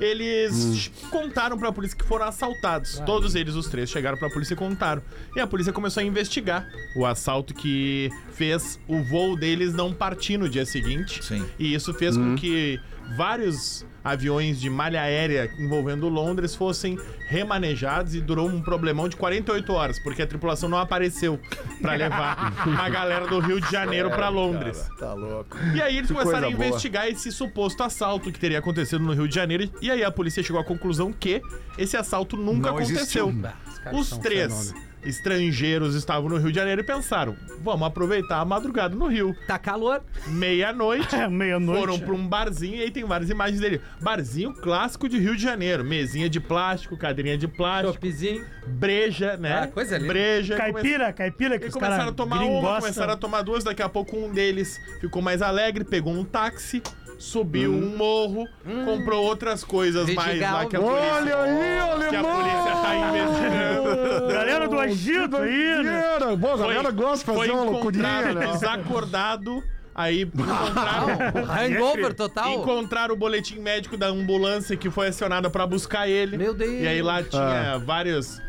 J: Eles contaram pra polícia que foram assaltados. Todos eles, os três, chegaram pra polícia e contaram. E a polícia começou a investigar o assalto que fez o voo deles não partir no dia seguinte.
K: Sim.
J: E isso fez com que vários aviões de malha aérea envolvendo Londres fossem remanejados e durou um problemão de 48 horas, porque a tripulação não apareceu pra levar a galera do Rio de Janeiro pra Londres.
D: Tá louco.
J: E aí eles começaram a
G: coisa boa.
J: investigar esse suposto assalto que teria acontecido no Rio de Janeiro. E aí a polícia chegou à conclusão que esse assalto nunca
K: Não
J: aconteceu.
K: existiu.
H: caras
J: Os
H: são um
J: três estrangeiros estavam no Rio de Janeiro e pensaram: vamos aproveitar a madrugada no Rio.
H: Tá calor.
J: Meia-noite.
F: É, meia-noite.
J: Foram pra um barzinho e aí tem várias imagens dele. Barzinho clássico de Rio de Janeiro. Mesinha de plástico, cadeirinha de plástico,
H: Chopezinho.
J: breja, né?
H: Ah, coisa linda.
J: Breja. Come-
F: Caipira, caipira, que
J: E
F: os
J: começaram
F: caras
J: a tomar uma, começaram a tomar duas, daqui a pouco um deles ficou mais alegre, pegou um táxi, subiu um morro,
G: Hum.
J: comprou outras coisas mais lá
H: Vidigal.
J: que a polícia,
G: Olha aí,
J: que a
G: alemão!
J: polícia tá investigando.
F: Galera do agito aí, né?
G: Doideira! Bom, a
J: Foi-
G: galera gosta de fazer
J: foi
G: uma loucurinha,
J: encontrado
G: né?
J: desacordado, aí encontraram...
H: Hangover total.
J: Encontraram o boletim médico da ambulância que foi acionada pra buscar ele.
H: Meu Deus.
J: E aí lá
G: Ah.
J: tinha vários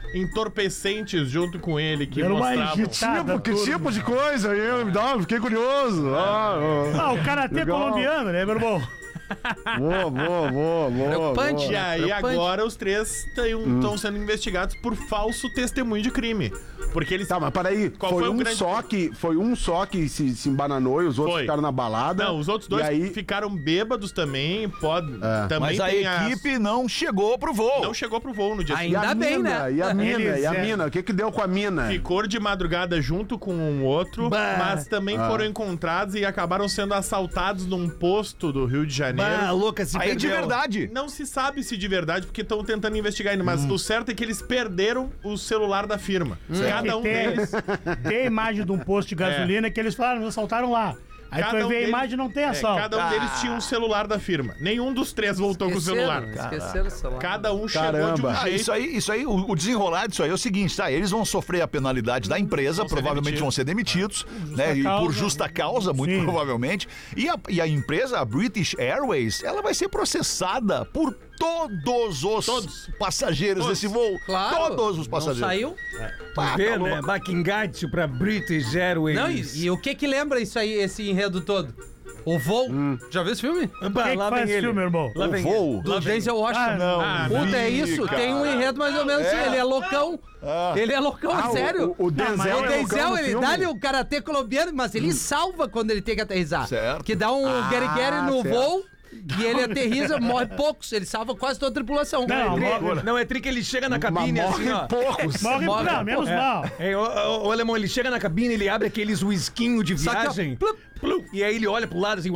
J: entorpecentes junto com ele que
F: Era uma
J: mostravam.
F: agita-
G: Tipo, que tipo de coisa aí? Eu me dá, um, fiquei curioso. Ah,
F: Ah, o karatê
G: Legal.
F: colombiano, né, meu irmão?
G: ah, boa, boa, boa, boa.
H: Preocupante.
J: E
G: boa.
J: aí
H: Preocupante.
J: agora os três estão sendo investigados por falso testemunho de crime. Porque eles.
G: Tá, mas peraí,
J: Qual
G: foi,
J: foi o
G: um
J: grande-
G: só que, foi um só que se, se embananou e os outros
J: Foi.
G: ficaram na balada.
J: Não, os outros dois
G: E aí,
J: ficaram bêbados também. Pode,
G: É.
J: também
D: Mas a
J: tem
D: equipe não chegou pro voo.
J: Não chegou pro voo no dia
H: Ainda
G: e a
H: Dá bem,
G: mina,
H: né?
G: E a mina,
F: Eles,
G: e a
F: é.
G: mina. O que que deu com a mina?
J: Ficou de madrugada junto com um outro, mas também foram encontrados e acabaram sendo assaltados num posto do Rio de Janeiro.
K: louca se
G: é
D: Aí de verdade.
J: Não se sabe se de verdade, porque estão tentando investigar ainda, mas o certo é que eles perderam o celular da firma. Cada um
F: Tem-
J: deles
F: Tem a imagem de um posto de gasolina que eles falaram, nos assaltaram lá. Aí tu vai ver a
J: É. deles-
F: imagem não tem
J: é,
F: assalto.
J: cada um
F: Ah.
J: deles tinha um celular da firma. Nenhum dos três voltou com o
H: Esqueceram,
J: celular.
H: esqueceram o celular.
J: Cada um chegou de um
G: Caramba.
D: Ah,
J: jeito.
D: isso aí, isso aí, o, o desenrolar disso aí é o seguinte, tá? Eles vão sofrer a penalidade da empresa, provavelmente vão ser demitidos, né? E por
F: causa.
D: justa causa, muito
F: Sim.
D: provavelmente. E a, e a empresa, a British Airways, ela vai ser processada por todos os
J: Todos.
D: passageiros
J: Todos.
D: desse voo.
H: Claro.
D: Todos os
H: Não
D: passageiros.
H: saiu.
D: Pá,
E: Vê,
D: tá
E: né?
D: louco.
E: Buckingham pra British Airways.
H: Não, e, e o que que lembra isso aí, esse enredo todo? O Voo. Já viu esse filme?
E: Opa,
F: Quem é que faz esse filme, irmão?
E: Lá vem ele.
D: Voo.
H: Do Denzel Washington.
D: Não.
H: Puta, é
D: vi,
H: isso?
D: cara.
H: Tem um enredo mais ou menos. assim, Ele é loucão. Ele é loucão, é
G: Ah, o-
H: sério.
G: O, o Denzel,
H: O
G: é loucão
H: Denzel,
G: no
H: ele
G: filme? Hum.
H: dá-lhe o karatê colombiano, mas ele salva quando ele tem que aterrissar.
D: Certo.
H: Que dá um
G: Ah,
H: guerigueri no
G: certo. um
H: voo e ele aterrissa, morre poucos. Ele salva quase toda a tripulação.
F: Não,
H: Ele-
F: morre,
E: Não, é tri que ele chega na
G: né? Mas
E: cabine assim,
G: morre
E: ó.
G: poucos.
F: morre,
H: morre,
F: não, menos
E: É,
F: mal.
E: é, o, o- o alemão, ele chega na cabine, ele abre aqueles whiskinhos de
H: Só que, ó,
E: viagem.
H: plup,
E: plup, e aí ele olha pro lado assim.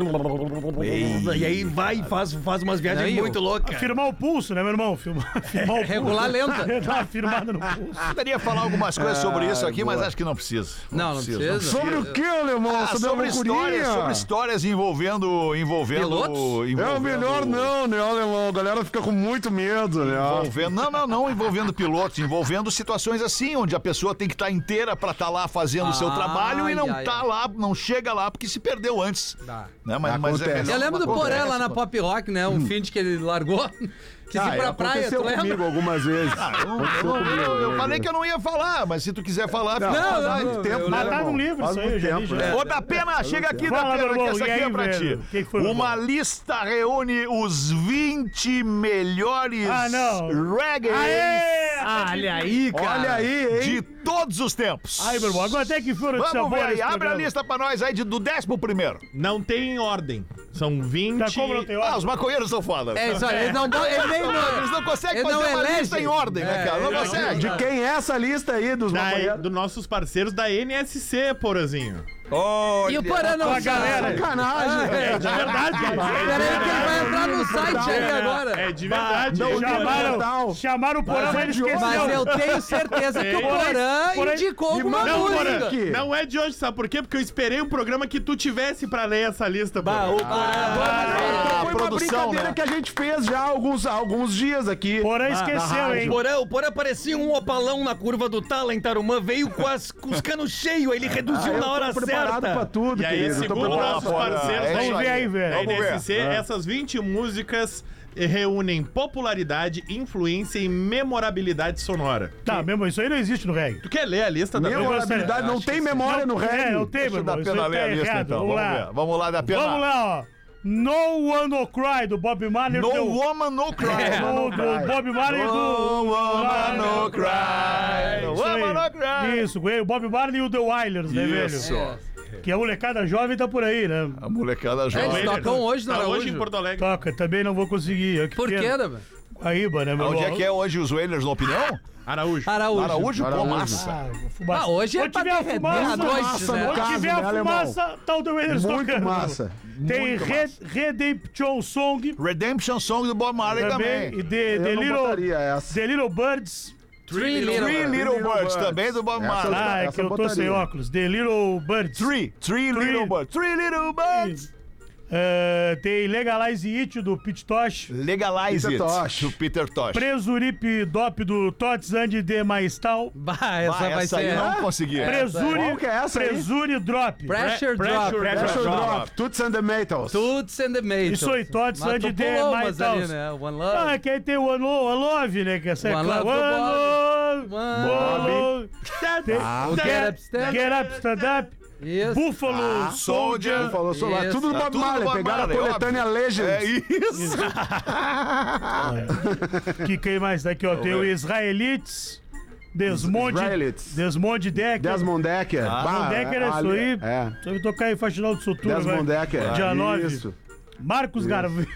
E: e aí vai e faz, faz umas viagens
H: Não, e o-
E: muito loucas.
F: Firmar o pulso, né, meu irmão? Firmar, firmar o pulso.
H: Regular lenta.
F: Dá uma firmada no pulso.
D: Poderia falar algumas coisas sobre isso aqui, mas acho que não precisa.
H: Ah, Não, não precisa.
G: Sobre o que, alemão?
D: Ah, sobre
G: sobre a loucurinha?
D: histórias, sobre histórias envolvendo. envolvendo
H: Pilotos?
D: envolvendo
G: É o melhor não, né, alemão? A galera fica com muito medo, né?
D: Envolvendo, não, não, não envolvendo pilotos, envolvendo situações assim, onde a pessoa tem que estar inteira pra estar lá fazendo o seu
H: Ah,
D: trabalho e não
H: ai,
D: tá
H: ai.
D: lá, não chega lá porque se perdeu antes.
H: Dá.
D: Né? Mas, mas
G: Acontece. Hum.
D: melhor
H: Eu lembro do
D: uma
H: Poré
D: conversa.
H: lá na Pop Rock, né? Um feat que ele largou. Quis
G: Ah,
H: ir pra praia, tu
G: aconteceu
H: lembra?
G: comigo algumas vezes.
D: Ah, eu, não-
G: Aconteceu
D: eu não- eu- eu
G: comigo.
D: falei que eu não ia falar, mas se tu quiser falar, fica à
H: Não,
D: vontade.
H: não,
G: tempo,
H: eu
G: né,
H: lembro.
F: Tá
G: irmão?
F: num livro
G: Faz
F: isso aí,
G: muito
F: eu já li,
G: tempo,
F: já.
G: é.
D: Ô, da pena, chega aqui, da
F: Fala,
D: pena,
F: meu
D: que
F: irmão,
D: essa
F: e
D: aqui
F: aí,
D: é pra
F: velho?
D: ti.
F: Quem foi, meu
D: Uma
F: irmão?
D: lista reúne os 20 melhores
F: Ah, não.
D: reggae
E: Olha aí,
G: Olha aí, hein?
D: de todos os tempos.
F: Ai, meu irmão, agora até que fura de
D: Vamos
F: sabor
D: ver aí,
F: esse
D: abre a
F: programa.
D: lista pra nós aí de, do décimo primeiro.
J: Não tem em ordem. São 20.
F: Tá como não tem
D: Ah,
F: hora?
D: os maconheiros são foda.
H: É isso aí. Ele não, ele nem,
D: Ah, Eles não conseguem
H: Ele
D: fazer
H: não
D: uma
H: elege.
D: lista em ordem, né, cara? Não
J: ele não-
D: consegue.
G: De quem é essa lista aí dos
D: Tá
J: Da-
G: maconheiros?
J: dos nossos parceiros da NSC, Porazinho.
H: E o Porã não
F: a galera.
H: sabe.
G: Sacanagem.
H: É,
J: De verdade,
H: Peraí que ele vai entrar no site aí agora.
J: É de verdade.
G: não,
J: Não,
G: Natal.
F: Chamaram, chamaram o Porã, mas ele esqueceu.
H: Mas é eu tenho certeza que o
J: Porém,
H: Porã
F: porém,
H: indicou
G: me
H: alguma
G: manda um
H: música.
G: link.
J: não é de hoje, sabe por quê? Porque eu esperei o programa que tu tivesse pra ler essa lista.
H: Ah,
J: Bah,
F: Ah,
H: é
G: Então foi uma
D: produção,
G: brincadeira
D: né?
G: que a gente fez já há alguns, há alguns dias aqui.
D: Ah,
F: Porã esqueceu,
E: O
F: hein?
E: Porã, o Porã parecia um opalão na curva do Tala em Tarumã, veio com, as, com os canos cheios, aí ele
H: Ah,
E: reduziu
G: Ah, Eu
E: na
G: tô
E: hora
G: preparado
E: certa.
G: pra tudo,
J: E aí,
G: querido. Eu tô
J: segundo
G: preparado.
J: nossos
D: Porã.
J: parceiros
D: É
J: da
D: isso
F: Vamos ver aí, velho.
D: Vamos ver.
J: NSC, essas 20 músicas reúnem popularidade, influência e memorabilidade sonora.
F: Tá, meu irmão, isso aí não existe no reggae.
J: Tu quer ler a lista da
G: Memorabilidade, não tem memória no
F: É, eu
G: reggae.
F: tenho, meu
D: Deixa eu
F: irmão.
D: dar
F: Isso
D: pena
F: aí
D: ler
F: tá
D: a lista,
F: errado.
D: então.
F: Vamos lá.
D: ver. Vamos lá, da pena.
F: Vamos lá, ó. No One No Cry, do Bob Marley.
D: No
F: do-
D: woman, no cry.
F: do, do Bob Marley e do...
D: No woman, no cry. No
F: Isso aí.
D: woman, no cry.
F: Isso, ganhei o Bob Marley e o The Wailers, né,
D: Isso.
F: velho? Que a molecada jovem tá por aí, né?
D: A molecada
H: É,
D: jovem.
H: eles tocam hoje no
J: Tá hoje em
H: Araújo.
J: Porto Alegre.
F: Toca, também não vou conseguir. eu que
H: Por quê,
F: pena.
H: né, velho?
F: Guaíba, né, meu
D: Onde é
F: irmão?
D: que é hoje os Wailers, na opinião?
J: Araújo.
H: Araújo.
D: Araújo, pô,
G: Araújo.
D: massa.
F: Ah, fumaça.
H: Ah, hoje é
F: Onde
H: pra
F: tiver a
H: derreter
F: fumaça,
H: a noite,
G: massa,
H: né?
G: no
F: Se
G: caso,
F: tiver a
G: né, alemão?
F: fumaça, tá o The Wailers
G: Muito
F: tocando.
G: massa.
F: Tem Red, Redemption Song
D: Redemption Song do Bob Marley
F: também.
D: também.
F: E The, The
G: Eu não
F: Little,
G: botaria essa.
F: The Little Birds.
H: Three Little
D: Three
H: Birds.
D: Little
G: Little
D: Birds
G: Birds.
D: também do Bob
G: Essa eu
D: Marley.
G: não-
F: Ah, é
G: essa
F: que eu tô
G: botaria.
F: sem óculos. The Little Birds.
D: Three, three
F: Three.
D: Little Birds. Three Little Birds.
F: Eh, tem Legalize It, do Pit Tosh.
D: Legalize
G: Peter
D: It,
G: Tosh.
D: do Peter Tosh.
F: Presurip Dop, do Tots and The Maestal.
H: Bah,
D: Ah,
H: essa vai
D: essa aí
H: ser... um
D: não consegui.
F: Presure,
G: Qual que é essa aí?
F: Presure Drop.
H: Pressure Drop.
G: Pressure
D: Drop.
G: Drop, Toots and the Metals.
H: Toots and the Maytals.
F: Isso aí, Toots
H: Mas
F: and
H: tu
F: the
H: pulou umas ali,
F: Maytals.
H: né? One
F: Ah, é
H: Love.
F: que aí tem o One Love, One Love, né? Que essa é
H: One
F: clara.
H: Love do
F: One Love,
H: One
F: One Love. Tem-
H: o Get Up,
F: Get
H: Stand
F: Get Up, Stand Up.
H: Isso.
G: Ah.
F: Buffalo
D: Soldier.
G: Ele falou só lá.
H: Isso.
G: Tudo do
D: Tá
G: Bob
D: tudo do
G: Marley.
D: Bob
G: Pegaram a
D: Marley,
G: coletânea
D: É
G: Legends.
D: isso.
F: Que quem mais daqui, ó? Tem o Israelites, Desmonte.
G: Israelites.
F: Desmonte Decker.
G: Desmond Decker. Bah,
F: Desmond Decker é isso
G: ali-
F: aí.
G: É.
F: Só me tocar em Faxinal do Sul
G: Desmond Decker. Ah,
F: Dia 9.
G: Isso.
F: Marcos Garvey.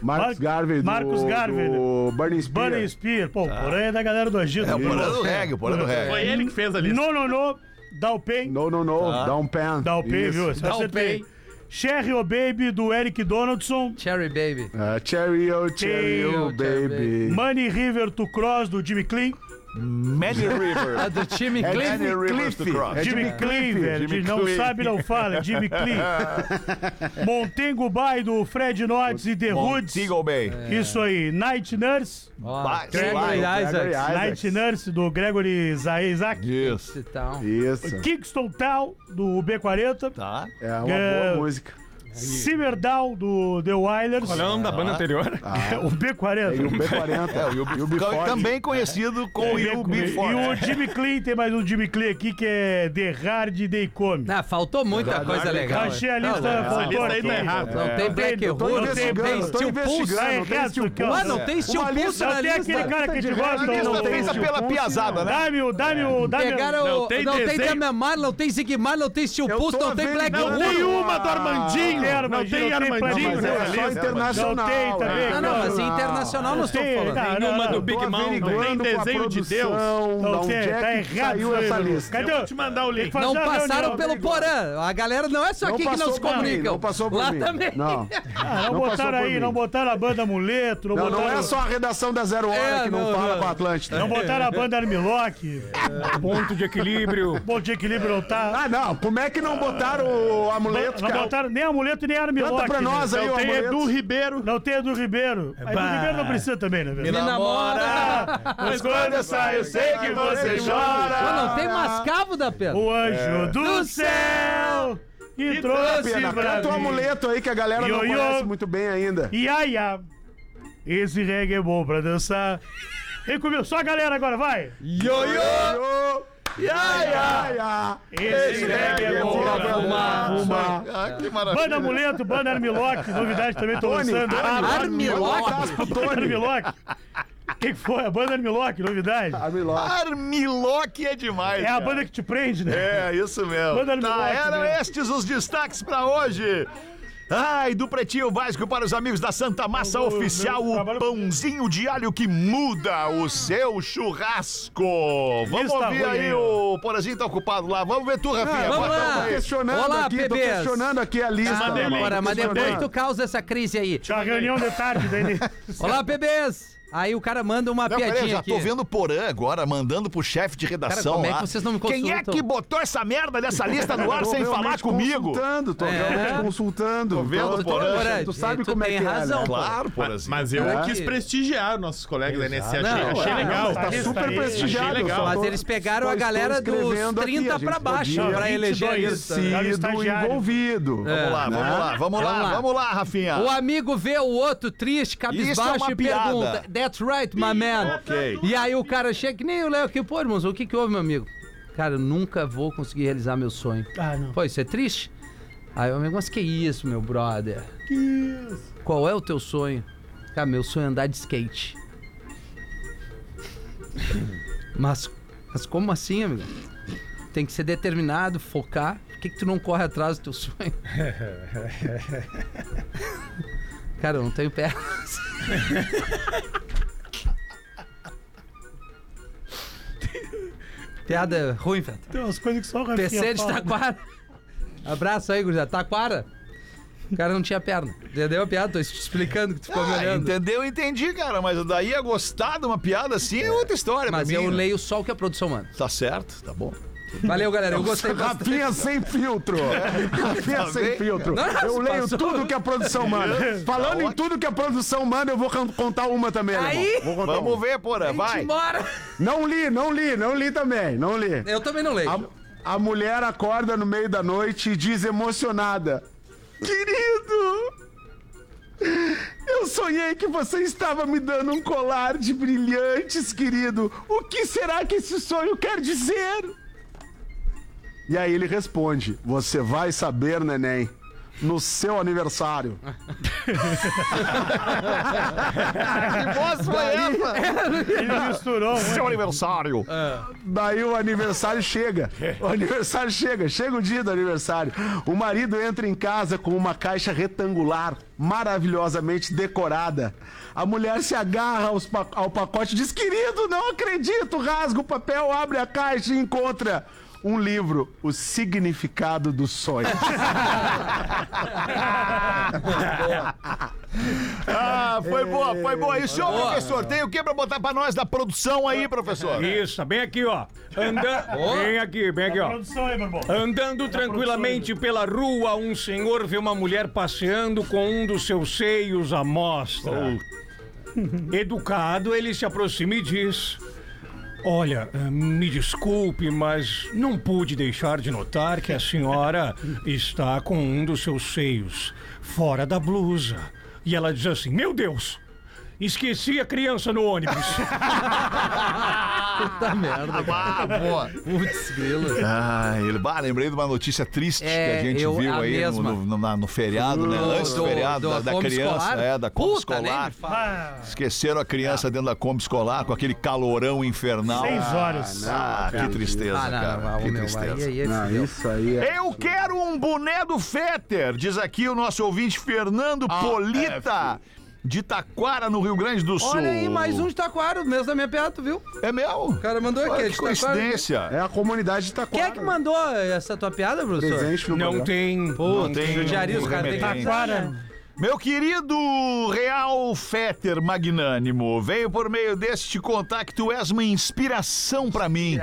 G: Marcos
F: Mar-
G: Garvey do,
F: Marcos Garvey,
G: do Burning Spear.
F: Bunny Spear. Pô,
G: Tá.
F: o Porã é da galera do Agito.
D: É o
F: Não,
D: porã do reggae, o porã do
J: Foi
D: reggae.
J: ele que fez a lista.
F: não, não. Dá o pen.
G: é. No, no, no. Down Pen.
F: Tá. Dá o pen, viu? Você
H: Dá o
F: acertei.
H: pen.
F: Sherry O Baby, do Eric Donaldson.
H: Cherry Baby.
G: Ah, cherry, oh, cherry,
F: Sim,
G: oh,
H: oh, cherry,
G: baby.
F: Money River to Cross, do Jimmy Clean.
D: Many
H: A
D: River.
H: do time
G: É
H: Cliff.
G: Jimmy
D: Rivers to
G: Cliff.
D: Cross.
G: É
F: Jimmy Clean, velho.
G: Jimmy
F: Ele não
G: Cliff.
F: sabe, não fala. é Jimmy Clean. Montengo Bay, do Fred Notts e The Hoods.
D: Seagull Bay.
F: Isso aí. Night Nurse.
H: Ó,
D: Vai,
H: Gregory
D: vai,
G: Gregory
H: Isaacs.
F: Night né? Nurse, do Gregory Za- Isaac.
D: Isso.
H: e tal.
G: Isso.
F: Kingston Town, do B40.
D: Tá.
G: É uma
F: É.
G: boa música.
F: Cimerdown do The Wailers.
E: Qual é o nome da
J: Ah.
E: banda anterior?
F: O
G: E o
F: B40.
G: B40. É, o
D: Também conhecido como
F: E
D: Will Be Ford.
F: o Jimmy Clean, tem mais um Jimmy Clean aqui que é The Hard Day Come.
H: Ah, faltou muita coisa legal.
F: Achei a
H: Tá
F: lista,
H: louco.
F: faltou aqui.
H: Não tem Black
F: eu tô
H: Hole, não tem
F: investigando,
H: Black
F: tô
H: Steel Pulse.
F: investigando,
H: Ah,
F: tem
H: é
F: Steel
H: Steel Pulse.
F: Pulse.
H: Ah, não tem Steel
G: Uma
H: Pulse
G: lista
H: na
F: Até aquele
H: lista.
F: cara que a gente
G: de
F: gosta.
G: raiz,
F: não tem
G: não tem
D: Feita
F: o-
G: Gil
D: pela
G: Ponce,
D: piazada, né?
F: Dá-me o, dá-me o, dá-me o.
H: Pegaram,
J: Não
H: não
J: tem
H: tem, não tem
J: desenho.
H: Damiamar, não tem Sigmar, não tem Steel Pulse, não tem Black
J: Não
H: Hole.
J: tem uma do Armandinho.
F: Não,
J: Não
F: imagina,
J: tem
F: não tem
J: Armandinho
F: Platinho,
G: Mas
J: nessa
G: é
F: né?
G: só
J: lista.
G: internacional.
F: Não tem também,
G: é.
H: Não, não, mas internacional não estou
F: Tem,
H: falando.
F: tá,
E: Nenhuma
F: não,
E: do
F: não.
E: Big
G: Tô
E: Mouth.
J: não tem
G: averiguando com a
J: desenho de Deus.
G: produção, da
F: Não
G: onde
F: tem,
G: é
F: tá
G: que
F: errado.
G: saiu
F: isso aí,
G: essa
F: Bruno.
G: lista.
F: Cadê?
J: Eu vou te mandar o link.
F: Tem que
H: Não
F: fazer uma
H: passaram
F: reunião,
H: pelo
F: Rodrigo.
H: Porã. A galera não é só aqui que não
G: passou
H: se
G: por mim,
H: comunicam.
G: Não passou por
H: Lá
G: mim.
H: também.
G: Não.
F: Ah, não,
G: Não passou
F: botaram
G: por
F: aí,
G: mim.
F: não botaram a banda Muleto, não,
G: Não,
F: botaram...
G: não é só a redação da Zero Hora
H: É,
G: que não,
H: não,
G: fala
H: não.
G: com a Atlântida.
F: Não botaram a banda Armilock,
E: Ponto de equilíbrio.
F: Bom de Equilíbrio não tá...
G: Ah, não. Como é que não botaram o amuleto,
F: Não
G: cara?
F: botaram nem Amuleto nem Armilock.
G: Canta pra nós aí,
F: né?
G: o
J: Não tem
G: amuleto.
J: Edu Ribeiro.
F: Não tem Edu Ribeiro. Aí Edu Ribeiro não precisa também, né,
H: Me
F: velho?
H: namora.
F: Mas quando eu saio, eu sei que você
H: Pô,
F: chora.
H: Ah, não tem mascavo da pena.
F: O anjo do céu que trouxe
G: Pena,
F: pra
G: canta o
F: mim.
G: amuleto aí que a galera não
F: Ioiô.
G: conhece muito bem ainda.
F: Ia, ia. Esse reggae é bom pra dançar. Vem comigo, só a galera agora, vai.
G: Ioiô! Ia, ia, ia.
F: Esse reggae é bom pra fumar.
G: fumar.
D: Ah, que maravilha.
F: Banda Muleto, Banda Armilock, novidade também tô
G: Tony,
F: lançando.
G: Manda um
H: Armilock.
G: abraço pro
F: Banda
G: Tony.
F: Armilock. O que que foi? A Banda Armilock, novidade.
G: Armilock.
D: Armilock é demais.
F: É a
D: cara.
F: banda que te prende, né?
D: É, isso mesmo.
F: Manda no
D: Tá,
F: Milwaukee,
D: eram
F: né?
D: estes os destaques pra hoje. Ai, do Pretinho Básico para os amigos da Santa Massa
F: Eu vou- eu
D: Oficial, o
F: trabalho-
D: pãozinho de alho que muda o seu churrasco. Vamos
F: Lista
D: ouvir
F: ruim,
D: aí,
F: hein,
D: o Porazinho tá ocupado lá. Vamos ver tu, Rafinha.
H: vamos
D: Bota
H: lá.
D: um
G: Tô
D: aí.
G: questionando
H: Olá,
G: aqui, tô
H: bebês.
G: questionando aqui a lista.
J: Mandei link.
H: Tá Agora, mas depois
J: Mandei.
H: tu causa essa crise aí.
F: Tinha uma reunião de tarde daí. né?
H: Olá, bebês. Aí o cara manda uma
D: Não, peraí, eu
H: piadinha
D: já tô
H: aqui.
D: vendo o Porã agora, mandando pro chefe de redação
H: como é
D: lá.
H: que vocês não me
D: Quem é
H: consultam?
D: que botou essa merda dessa lista no ar
G: Tô
D: sem falar
G: realmente
D: comigo?
G: Consultando, tô
H: É.
G: realmente consultando. Tô
D: vendo,
G: tu,
D: Porã.
G: tu sabe
H: Tu
G: como
H: tem
G: é que
H: razão.
G: é, né?
D: Claro, Porazinho.
J: Mas eu
G: É.
J: quis prestigiar nossos colegas da NSA.
H: Não,
J: Achei, achei
H: ah,
J: legal.
F: não, tá
J: Achei
G: Super
F: Achei
G: prestigiado.
J: legal.
G: só
H: Mas
G: tô-
H: eles pegaram
G: só
H: a
G: estou
H: galera dos
G: escrevendo aqui,
H: 30
G: a gente
H: pra baixo
G: podia
H: pra
F: Não,
H: eleger É.
F: 22.
H: isso.
F: Era o
G: ter Sido
F: estagiário.
G: envolvido.
D: é Ah, Vamos lá, vamos lá, vamos lá,
H: Vamos lá.
D: vamos lá, Rafinha.
H: O amigo vê o outro triste,
D: Isso
H: cabisbaixo
D: é uma
H: e pergunta:
D: piada.
H: That's right, my man.
D: ok.
H: E aí o cara chega, que nem o Léo aqui, pô, irmãos, o que, que houve, meu amigo? Cara, eu nunca vou conseguir realizar meu sonho.
F: Ah, não.
H: Pô, isso é triste? Aí o amigo, mas que isso, meu brother? Que isso? Qual é o teu sonho? Cara, meu sonho é andar de skate. mas, mas como assim, amigo? Tem que ser determinado, focar. Por que, que tu não corre atrás do teu sonho? Cara, eu não tenho pernas. Piada ruim, velho.
F: Tem umas coisas que só o Rafinha
H: PC de
F: fala.
H: Taquara. Abraço aí, gurizada. Taquara. O cara não tinha perna. Entendeu a piada? Tô te explicando que tu ficou me
D: Ah,
H: olhando.
D: entendeu? Entendi, cara, mas daí é gostar de uma piada assim é outra história,
H: Mas
D: pra
H: eu
D: mim, né?
H: leio só o que a produção manda.
D: Tá certo, tá bom.
H: Valeu, galera. Eu gostei
D: tá
H: bastante.
G: Rafinha sem filtro. Rafinha sem filtro.
H: Não,
G: eu
H: se
G: leio
H: passou.
G: tudo que a produção manda.
D: Tá
G: Falando em tudo que a produção manda, eu vou can- contar uma também.
H: Aí.
G: alemão. Vou contar
D: Vamos
G: uma.
D: ver, porra, vai.
H: Embora.
G: Não li, não li, não li também. Não li.
H: Eu também não leio.
G: A, a mulher acorda no meio da noite e diz emocionada: Querido, eu sonhei que você estava me dando um colar de brilhantes, querido. O que será que esse sonho quer dizer? E aí ele responde: Você vai saber, neném. No seu aniversário.
D: Que voz foi essa?
F: Ele misturou. né?
D: Seu é aniversário.
J: É.
G: Daí o aniversário chega. O aniversário chega, chega o dia do aniversário. O marido entra em casa com uma caixa retangular, maravilhosamente decorada. A mulher se agarra aos pa- ao pacote e diz: Querido, não acredito! Rasga o papel, abre a caixa e encontra um livro, O Significado do Sonho.
D: Ah, foi boa, foi boa. E o senhor, professor, tem o que pra botar pra nós da produção aí, professor?
E: Isso, bem aqui, ó. Andando. Bem aqui, bem aqui, ó.
F: Produção aí, meu irmão.
E: Andando tranquilamente pela rua, um senhor vê uma mulher passeando com um dos seus seios à mostra. Educado, ele se aproxima e diz: Olha, eh, me desculpe, mas não pude deixar de notar que a senhora está com um dos seus seios fora da blusa. E ela diz assim: Meu Deus, esqueci a criança no ônibus.
H: Puta merda.
D: Ah, boa.
H: Putz, grilo.
D: Ah, ele, bah, lembrei de uma notícia triste
H: É,
D: que a gente
H: eu-
D: viu
H: a
D: aí no,
H: mesma.
D: no- no- na- no feriado, né? Antes do
H: Do-
D: feriado,
H: do-
D: da, da
H: Kombi
D: criança,
H: escolar?
D: é, da Kombi
H: Puta, né? nem me
D: escolar.
F: Ah,
D: Esqueceram a criança dentro da Kombi escolar com aquele calorão infernal.
F: seis horas.
D: Ah, que tristeza,
H: Ah, não,
D: cara.
H: não,
D: que
H: não, meu,
D: tristeza.
H: aí, aí é
G: Ah,
H: fudeu.
G: isso aí é.
D: Eu quero um boné do Fetter, diz aqui o nosso ouvinte Fernando Polita, de Taquara, no Rio Grande do Sul.
H: Olha aí, mais um de taquaro, mesmo da minha piada, tu viu?
D: É meu?
H: O cara mandou aqui,
D: Olha
H: é
D: que
H: de taquaro.
D: coincidência.
G: É a comunidade de
H: Quem
G: Itaquara.
H: é que mandou essa tua piada, professor?
G: Presente no
E: Não
G: programa.
E: tem.
H: Pô,
D: Não tem
H: judiaria,
D: um
H: os caras têm
F: Tá
H: que...
F: Taquara.
D: Meu querido Real Fetter Magnânimo, veio por meio deste contato, tu és uma inspiração pra mim.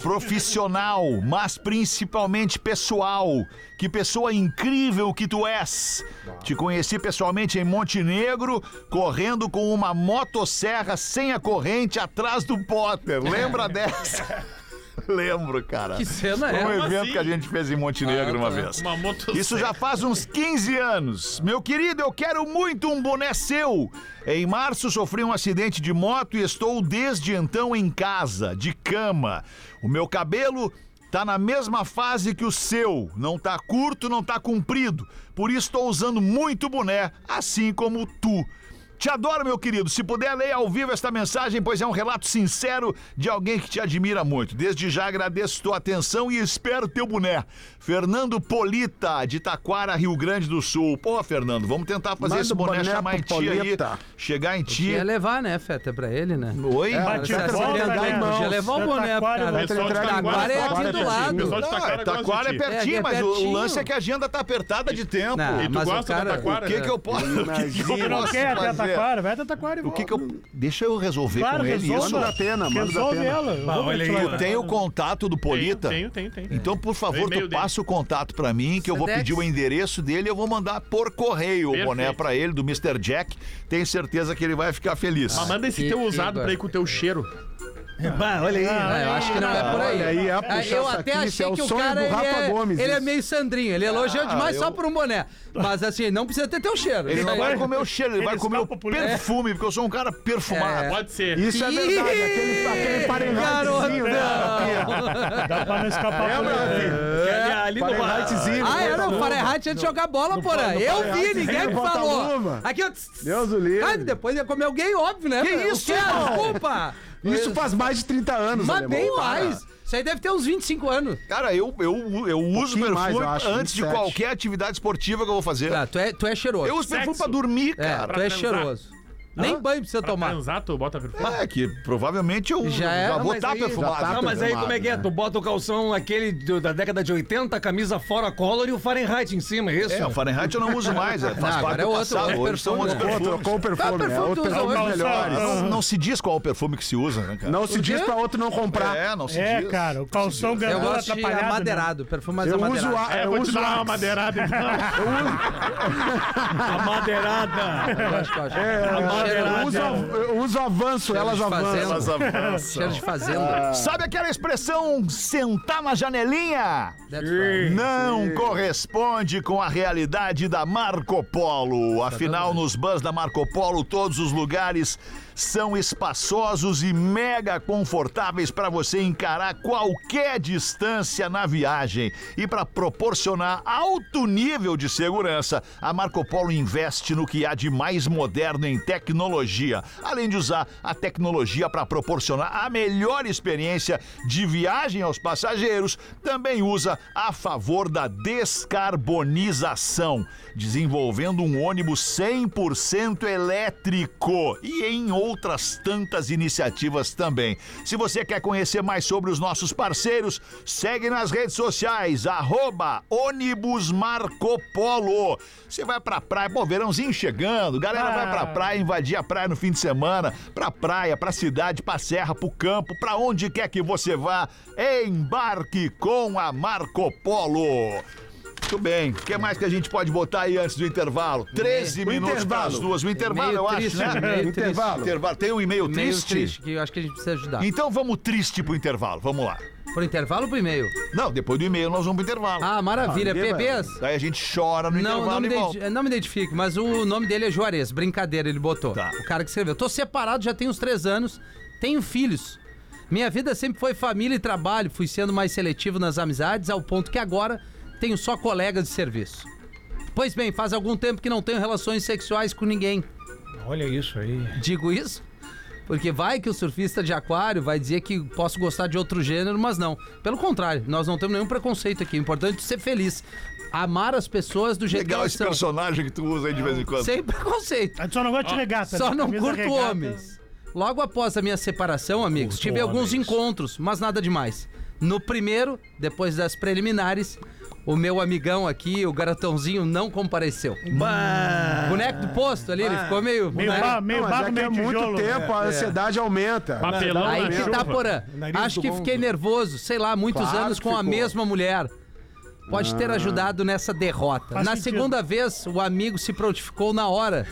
D: Profissional, mas principalmente pessoal. Que pessoa incrível que tu és. Te conheci pessoalmente em Montenegro, correndo com uma motosserra sem a corrente atrás do Potter. Lembra dessa? Lembro, cara.
H: Que cena
D: Foi um
H: é?
D: evento
J: assim? Ah, tá.
D: que a gente fez em Montenegro uma vez.
J: Uma moto.
D: Isso já faz uns 15 anos. Meu querido, eu quero muito um boné seu. Em março sofri um acidente de moto e estou desde então em casa, de cama. O meu cabelo tá na mesma fase que o seu. Não tá curto, não tá comprido. Por isso estou usando muito boné, assim como tu. Te adoro, meu querido. Se puder, leia ao vivo esta mensagem, pois é um relato sincero de alguém que te admira muito. Desde já agradeço tua atenção e espero teu boné. Fernando Polita, de Taquara, Rio Grande do Sul. Pô, Fernando, vamos tentar fazer
G: Manda
D: esse
G: o
D: boné,
G: boné
D: chamar em ti
G: pro Polita.
D: aí. Chegar em ti.
H: Ia levar, né, Feta, pra ele, né?
D: Oi?
H: Cara,
F: Bate
H: se essa
F: volta,
H: criança-
F: né, irmão?
H: Podia levar o
F: É
H: boné pro
F: Taquara,
H: cara.
F: vai
J: Pessoal de Taquara
H: Taquara é
J: gosta
H: aqui
J: de
H: do
J: ti.
H: lado.
J: Pessoal de Taquara
D: Ah,
J: gosta de
D: Taquara é
J: ti.
D: pertinho,
H: É, é
D: mas o- O,
H: pertinho.
D: lance é que a agenda tá apertada de tempo.
H: Não,
D: o
J: tu
H: mas o
J: gosta da
H: cara...
J: Taquara?
D: que que eu posso... O que que
F: Tu
D: né? eu
F: não
D: posso
F: quer até
D: fazer?
F: Taquara? Vai até Taquara e
D: O que que eu... Deixa eu resolver
F: Claro,
D: com ele
F: resolva.
D: isso.
G: Manda da pena, manda da
F: Resolve
G: pena.
F: ela. eu
E: Bah,
F: vou
E: Ah, olha
F: te
E: aí,
F: lá.
E: ó.
D: Tu tem o contato do Polita?
J: Tenho, tenho, tenho.
D: Então, por favor,
J: e-mail
D: tu
J: dele.
D: passa o contato pra mim, que eu vou
H: Sedex.
D: pedir o endereço dele e eu vou mandar por correio o
J: Perfeito.
D: boné pra ele, do Mr. Jack. Tenho certeza que ele vai ficar feliz.
J: Mas manda esse
H: Que
J: teu usado
H: ego.
J: pra ir com o teu cheiro.
E: Bah, olha aí.
H: Ah, eu acho que não é por aí.
G: Olha aí, é a
H: Ah, eu
G: puxar
H: até
G: saquinho,
H: achei
G: é o
H: que o
G: sonho
H: cara
G: do
H: ele
G: Rafa
H: é,
G: Gomes.
H: ele é
G: isso.
H: meio Sandrinho, ele elogiou demais
D: eu-
H: só por um boné. Mas assim, não precisa ter teu cheiro.
D: Ele
H: Isso
D: não
H: aí-
D: vai comer o cheiro, ele,
F: Ele
D: vai comer o
F: escapa por-
D: perfume, porque eu sou um cara perfumado.
H: É.
J: Pode ser.
G: Isso é verdade, aquele, aquele Fahrenheitzinho, né?
F: Dá pra não
G: É.
E: É,
F: escapar. por aí.
E: Que ali- ali no
G: Fahrenheitzinho.
H: Ah, era o Fahrenheit antes de jogar bola, porra. Eu vi, ninguém que
G: Bota
H: falou.
G: luva.
H: Aqui eu.
G: Deus o livre.
H: Ah, depois ia comer alguém, óbvio, né? Que
D: isso,
H: Desculpa.
G: Isso faz mais de 30 anos,
H: Mas
G: alemão.
H: bem mais. Isso aí deve ter uns 25 anos.
D: Cara, eu, eu, eu uso
G: pouquinho mais,
D: perfume
G: eu acho,
D: antes de
G: 27.
D: qualquer atividade esportiva que eu vou fazer.
H: Ah, tu é, tu é cheiroso.
D: Eu uso perfume
J: Sexo.
D: pra dormir,
H: é,
D: cara.
H: tu é
J: transar.
H: cheiroso. Nem banho precisa
J: Pra
H: tomar.
J: transar, tu bota perfume.
D: Mas é que provavelmente eu
H: Já é,
D: vou
H: mas
D: estar
H: aí-
D: perfumado.
G: já tá
E: Não, mas aí como é que é? Tu bota o calção aquele do- da década de 80, a camisa fora collar e o Fahrenheit em cima, é isso?
D: É, o Fahrenheit eu não uso mais, é, faz
H: Não,
D: parte
H: agora é
D: do
H: outro,
D: passado.
H: outro
D: Hoje são
H: perfume,
D: outros
H: né?
D: perfumes.
G: Pô, trocou o
H: Ah,
G: perfume, é
H: perfume tu
G: outro
H: usa
G: perfume
H: hoje.
G: melhor.
D: Não, não se diz qual o perfume que se usa, né, cara?
G: Não se diz pra outro não comprar.
D: É, não se
F: É,
D: diz.
F: cara, o calção
H: Eu
F: grandão
J: tá
H: gosto de
F: atrapalhado. né?
H: amadeirado, perfume mais
G: Eu
H: amadeirado.
G: uso a.
J: É,
G: eu
J: vou te
G: uso
J: dar uma
G: Axe.
J: madeirada então.
E: A madeirada.
H: Eu gosto, eu
D: É,
H: gosto.
G: Eu
F: é
G: uso, av- eu uso avanço,
H: Cheiro
G: elas
H: de
G: avançam.
H: fazenda. Cheiro de fazenda.
D: Sabe aquela expressão sentar na janelinha?
H: That's right.
D: Não corresponde com a realidade da Marco Polo. Afinal, nos bus da Marco Polo, todos os lugares são espaçosos e mega confortáveis para você encarar qualquer distância na viagem. E para proporcionar alto nível de segurança, a Marco Polo investe no que há de mais moderno em tecnologia, além de usar a tecnologia para proporcionar a melhor experiência de viagem aos passageiros, também usa a favor da descarbonização, desenvolvendo um ônibus 100% elétrico e em outras tantas iniciativas também. Se você quer conhecer mais sobre os nossos parceiros, segue nas redes sociais, arroba ônibus Marco Polo. Você vai pra praia, pô, verãozinho chegando, galera vai
H: Ah.
D: pra praia, invadir a praia no fim de semana, pra praia, pra cidade, pra serra, pro campo, pra onde quer que você vá, embarque com a Marco Polo. Muito bem. O que mais que a gente pode botar aí antes do intervalo? 13 minutos para as duas. O intervalo, eu acho,
H: triste,
D: né?
H: meio
D: Intervalo. Intervalo. Tem um e-mail
H: Meio
D: triste?
H: triste, que eu acho que a gente precisa ajudar.
D: Então vamos triste pro intervalo. Vamos lá.
H: Pro intervalo ou pro e-mail?
D: Não, depois do e-mail nós vamos pro intervalo.
H: Ah, maravilha. PBs?
D: Daí a gente chora no
H: Não, não É
D: intervalo
H: me,
D: e volta.
H: identi- não me identifique, mas o nome dele é Juarez. Brincadeira, ele botou.
D: Tá.
H: O cara que escreveu. Tô separado, já tenho uns três anos, tenho filhos. Minha vida sempre foi família e trabalho. Fui sendo mais seletivo nas amizades, ao ponto que agora tenho só colegas de serviço. Pois bem, faz algum tempo que não tenho relações sexuais com ninguém.
E: Olha isso aí.
H: Digo isso porque vai que o surfista de aquário vai dizer que posso gostar de outro gênero, mas não. Pelo contrário, nós não temos nenhum preconceito aqui. O importante é ser feliz. Amar as pessoas do jeito
D: Legal
H: que elas
D: esse
H: são.
D: personagem que tu usa aí de vez em quando.
H: Sem preconceito.
F: A gente só não gosta de regata.
H: Só
F: né?
H: não
F: Camisa
H: curto
F: regata.
H: homens. Logo após a minha separação, amigos, tive alguns encontros, mas nada demais. No primeiro, depois das preliminares, o meu amigão aqui, o garotãozinho, não compareceu. Boneco do posto ali, ele ficou meio.
F: Meio
H: né?
F: ba- meio
G: Não, mas
F: barco,
G: é que é
F: meio
G: muito
F: tijolo.
G: tempo, a ansiedade aumenta.
J: Papelão
H: Aí
J: na
H: que
J: chuva.
H: tá, Porã.
E: Nariz
H: Acho
E: do
H: que
E: gonzo.
H: fiquei nervoso, sei lá, muitos
G: Claro
H: anos
G: que
H: com a
G: ficou.
H: mesma mulher. Pode ter ajudado nessa derrota.
F: Faz
H: na
F: sentido.
H: segunda vez, o amigo se prontificou na hora.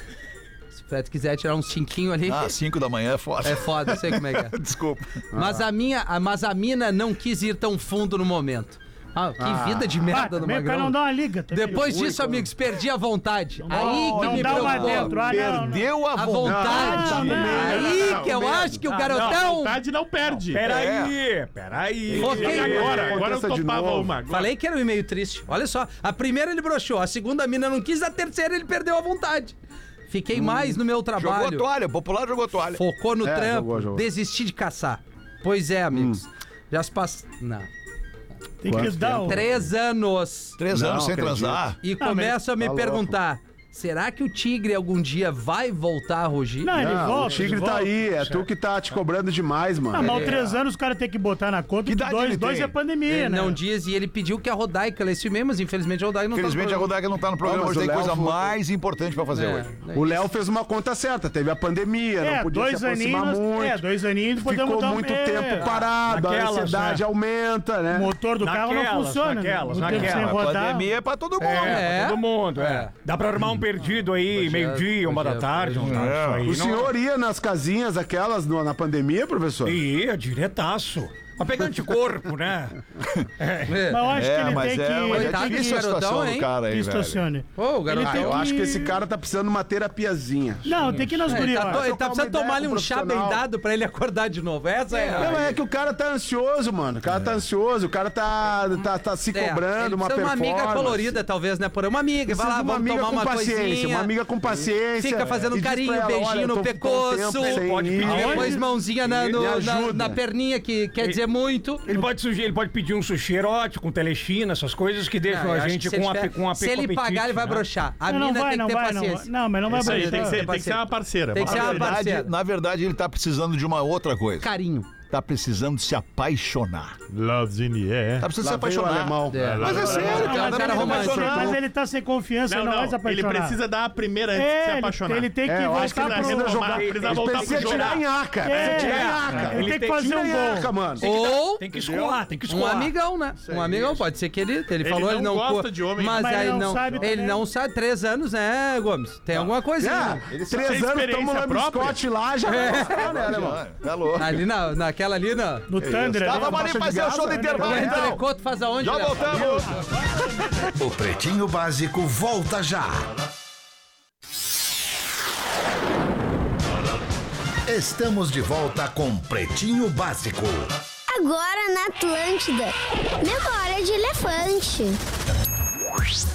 H: Se o Fred quiser tirar um cinquinho ali,
D: Ah, 5 da manhã é foda.
H: é foda, sei como é que é.
D: Desculpa.
H: Mas a minha, a- mas a mina não quis ir tão fundo no momento. Ah, que vida de
F: Ah,
H: merda do
F: também o cara não
H: Magrão.
F: dá uma liga. tá
H: Depois
F: ligado?
H: disso, amigos, perdi a vontade. Aí que
F: Não
H: me
F: dá uma dentro.
H: preocupou.
F: Ah, não, não.
D: Deu a,
H: A
D: vontade.
H: vontade.
F: não, não,
H: Aí que eu acho que o
J: Não,
H: garotão
J: vontade não perde.
E: Peraí, peraí.
H: Foquei.
J: E agora, agora eu
G: Aconteça de
J: topava
G: novo.
J: uma. Agora.
H: Falei que era um e-mail triste. Olha só, a primeira ele broxou, a segunda a mina não quis, a terceira ele perdeu a vontade.
F: Hum,
H: Fiquei mais no meu
D: Jogou
H: trabalho.
D: toalha, popular jogou toalha.
H: Focou no
G: É,
H: trampo,
G: jogou, jogou. Hum.
H: desisti de caçar. Pois é, amigos. Já se passa. Não.
F: Tem que dar o...
H: Três anos.
D: Três
G: Não,
D: anos sem
G: acredito.
D: transar.
F: Ah,
H: E começo a me
G: Tá louco.
H: perguntar: será que o tigre algum dia vai voltar a rugir?
F: Não, Ah, ele
G: Não,
F: volta.
G: o Tigre
F: ele
G: tá
F: volta.
G: aí, é tu que tá te cobrando demais,
F: Ah,
G: mano.
H: É.
F: mal três anos o cara tem que botar na conta
D: Que
F: que,
D: idade ele
F: dois, dois
D: tem?
F: é pandemia,
H: Ele
F: né?
H: não diz e ele pediu que a Rodaica lesse mesmo, mas infelizmente a Rodaica não
D: Infelizmente a
H: tá no programa.
D: Rodaica não tá no programa
G: Não, mas
D: hoje, tem
G: o Léo
D: coisa
G: foi-
D: mais importante pra fazer hoje.
H: É,
G: O Léo fez uma conta certa, teve a pandemia,
F: É,
G: não podia
F: dois
G: se aproximar
F: aninhos.
G: muito.
F: É, dois aninhos podemos
G: Ficou
F: dar um-
G: muito
F: é,
G: tempo parado,
E: naquelas,
G: a ansiedade
E: né?
G: aumenta, né?
F: O motor do carro não
E: Naquelas,
F: funciona. né?
E: naquelas,
F: Muito tempo
E: naquelas.
F: sem
D: A
F: rodar.
D: pandemia é pra todo mundo.
E: É,
H: É.
E: pra todo mundo, é. Dá pra armar um perdido aí, meio-dia, uma
H: pois
E: da
H: é,
E: tarde, um tarde, isso aí.
G: O
E: não-
G: senhor ia nas casinhas aquelas no- na pandemia, professor?
E: Ia, é diretaço. Mas pega anticorpo, né?
H: É.
F: Mas eu acho que
D: É,
F: ele
D: mas
F: tem
D: é, mas
F: que.
D: é
H: Coitado desse
D: difícil a situação
H: garotão,
D: do
H: hein?
D: cara aí,
F: Que
D: velho.
F: estacione.
H: Ô,
F: Ele
H: garoto.
G: Ah,
F: tem
G: eu
F: que-
G: acho que esse cara tá precisando de uma terapiazinha.
F: Não, tem que ir nas
H: É, Ele
F: gurias.
H: tá,
F: ó.
H: to- ele tá
G: trocar uma
H: precisando
G: ideia
H: tomar ali
G: com
H: um
G: o
H: chá bem
G: né, profissional.
H: dado pra ele acordar de novo. Essa é.
G: Não,
H: a-
G: é que o cara tá ansioso, mano. O cara tá ansioso, o cara tá, tá, tá se
H: É,
G: cobrando,
H: ele
G: uma
H: precisa de
G: performance.
H: uma amiga colorida, talvez, né? Por uma amiga, vai
G: Precisa
H: lá,
G: de uma
H: vamos
G: amiga
H: tomar
G: com
H: uma
G: paciência,
H: coisinha.
G: uma amiga com paciência.
H: Fica fazendo
G: E diz pra
H: carinho,
G: ela,
H: beijinho
G: "Olha,
H: no
G: tô com
H: pescoço,
G: tempo sem
E: pode
G: ir."
E: pedir
G: Aonde?
H: Depois mãozinha na,
G: Me
H: no- na-
G: ajuda.
H: na perninha, que quer dizer muito.
E: Ele pode sugerir, ele pode pedir um sushi erótico, um telechina, essas coisas que deixam
H: Não, eu
E: a
H: acho
E: gente
H: que se
E: com,
H: ele
E: a,
H: tiver-
E: pe- com né? a
H: Se ele pagar, ele vai brochar. A
F: Não, não
H: mina
F: vai,
H: tem que
F: não
H: ter
F: vai, não vai.
H: paciência.
F: Não, mas não vai né?
J: Isso aí, tem, que ser,
F: brochar.
J: tem que ser uma parceira.
H: Tem que ser
J: uma
H: uma
D: Na verdade-
H: parceira.
D: na verdade, ele tá precisando de uma outra coisa.
H: Carinho.
D: Tá precisando se apaixonar.
J: Love in the air.
D: Tá precisando
G: Lá
D: se
G: vem o
D: apaixonar.
G: alemão.
D: Mas é
F: Não, mas
D: sério,
H: cara,
D: cara.
H: o
F: ele
H: cara
F: tá
H: romântico.
F: sem-
H: apaixonar.
F: Mas ele tá sem confiança,
J: Não,
F: não vai se
J: não, ele
F: apaixonar.
J: precisa dar a primeira antes de se
F: É, ele,
J: apaixonar.
F: ele tem que
G: É, eu acho que
F: voltar
G: ele
F: pro...
J: dá-
G: precisa
J: pro-
G: jogar.
J: ele precisa
G: Ele
J: voltar
G: precisa
J: pro
G: tirar
J: jogar.
G: em aca.
F: É,
G: Precisa tirar em aca.
F: ele tem que fazer
G: Tira
F: um
G: em aca,
F: gol.
G: mano.
H: Ou
E: Tem que escoar, tem que
H: um
E: escoar.
H: amigão, né? Um amigão, pode ser que ele. Ele, falou,
J: não
H: ele não
J: gosta
H: co-
J: de homem.
H: Mas,
F: Mas
H: aí
F: ele
H: não.
F: não sabe
H: ele
F: também.
H: não sabe. Três anos, né, Gomes? Tem alguma coisa.
G: É, três
J: Sem
G: anos, toma
J: experiência
G: um
J: própria.
G: Scott lá, já vai gostar, né, alemão?
D: Tá louco.
H: Ali na, naquela ali, na.
F: No Thunder,
D: Tá,
F: né?
D: vamos ali fazer o show do intervalo,
H: O
D: então.
H: entrecoto faz aonde? né?
D: Já
H: Léo?
D: voltamos.
B: O Pretinho Básico volta já. Estamos de volta com Pretinho Básico.
K: Agora na Atlântida. Memória de elefante.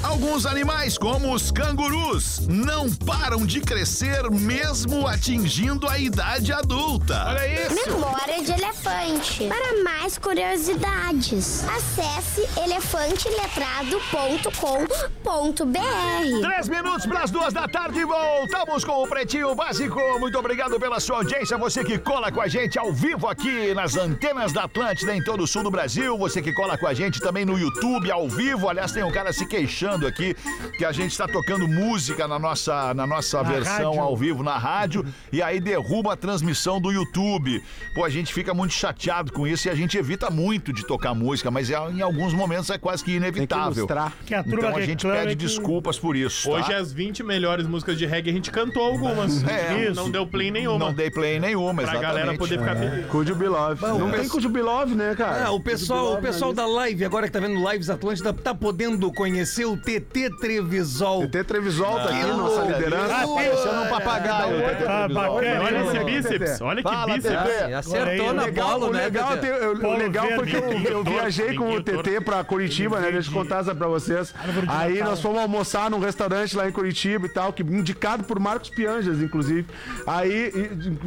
D: Alguns animais, como os cangurus, não param de crescer mesmo atingindo a idade adulta. Olha aí.
K: Memória de elefante. Para mais curiosidades, acesse elefanteletrado.com.br.
D: Três minutos para as duas da tarde, voltamos com o Pretinho Básico. Muito obrigado pela sua audiência, você que cola com a gente ao vivo aqui nas antenas da Atlântida em todo o sul do Brasil, você que cola com a gente também no YouTube ao vivo. Aliás, tem um cara se queixando lembrando aqui que a gente está tocando música na nossa, na nossa versão
F: rádio.
D: ao vivo na rádio e aí derruba a transmissão do YouTube. Pô, a gente fica muito chateado com isso e a gente evita muito de tocar música, mas é- em alguns momentos é quase que inevitável.
G: ilustrar.
F: Que a turma
D: então a gente
F: reclama
D: pede
F: que-
D: desculpas por isso. tá?
J: Hoje é as 20 melhores músicas de reggae a gente cantou algumas.
D: É,
J: Não deu play nenhuma.
D: Não dei play nenhuma,
J: pra
D: exatamente. É.
J: galera poder ficar feliz.
G: Kujubilov. Não tem Kujubilov, né, cara?
H: Ah, o pessoal, o pessoal da live, agora que tá vendo Lives Atlântida, tá podendo conhecer o TT Trevisol.
G: TT Trevisol tá aqui, nossa liderança.
D: Tá parecendo um papagaio.
G: Tá
D: Tete
F: Tá
D: Trevisol.
F: bacana.
J: Ah, Olha esse
F: né?
J: bíceps, olha que
D: Fala,
J: bíceps.
D: Tete.
H: Ah, Acertou
F: Olha aí,
H: na
G: legal,
H: bola,
G: o
H: né,
G: legal,
H: Dedé?
G: tem- eu-
F: Paulo
G: o legal
F: Verde,
G: foi que eu, eu
J: doutor,
G: viajei com o
J: doutor.
G: TT pra Curitiba, né? Deixa eu contar essa pra vocês.
F: Árvore de
G: Aí
F: Natal.
G: nós fomos almoçar num restaurante lá em Curitiba e tal, que indicado por Marcos Pianjas, inclusive. Aí e- e-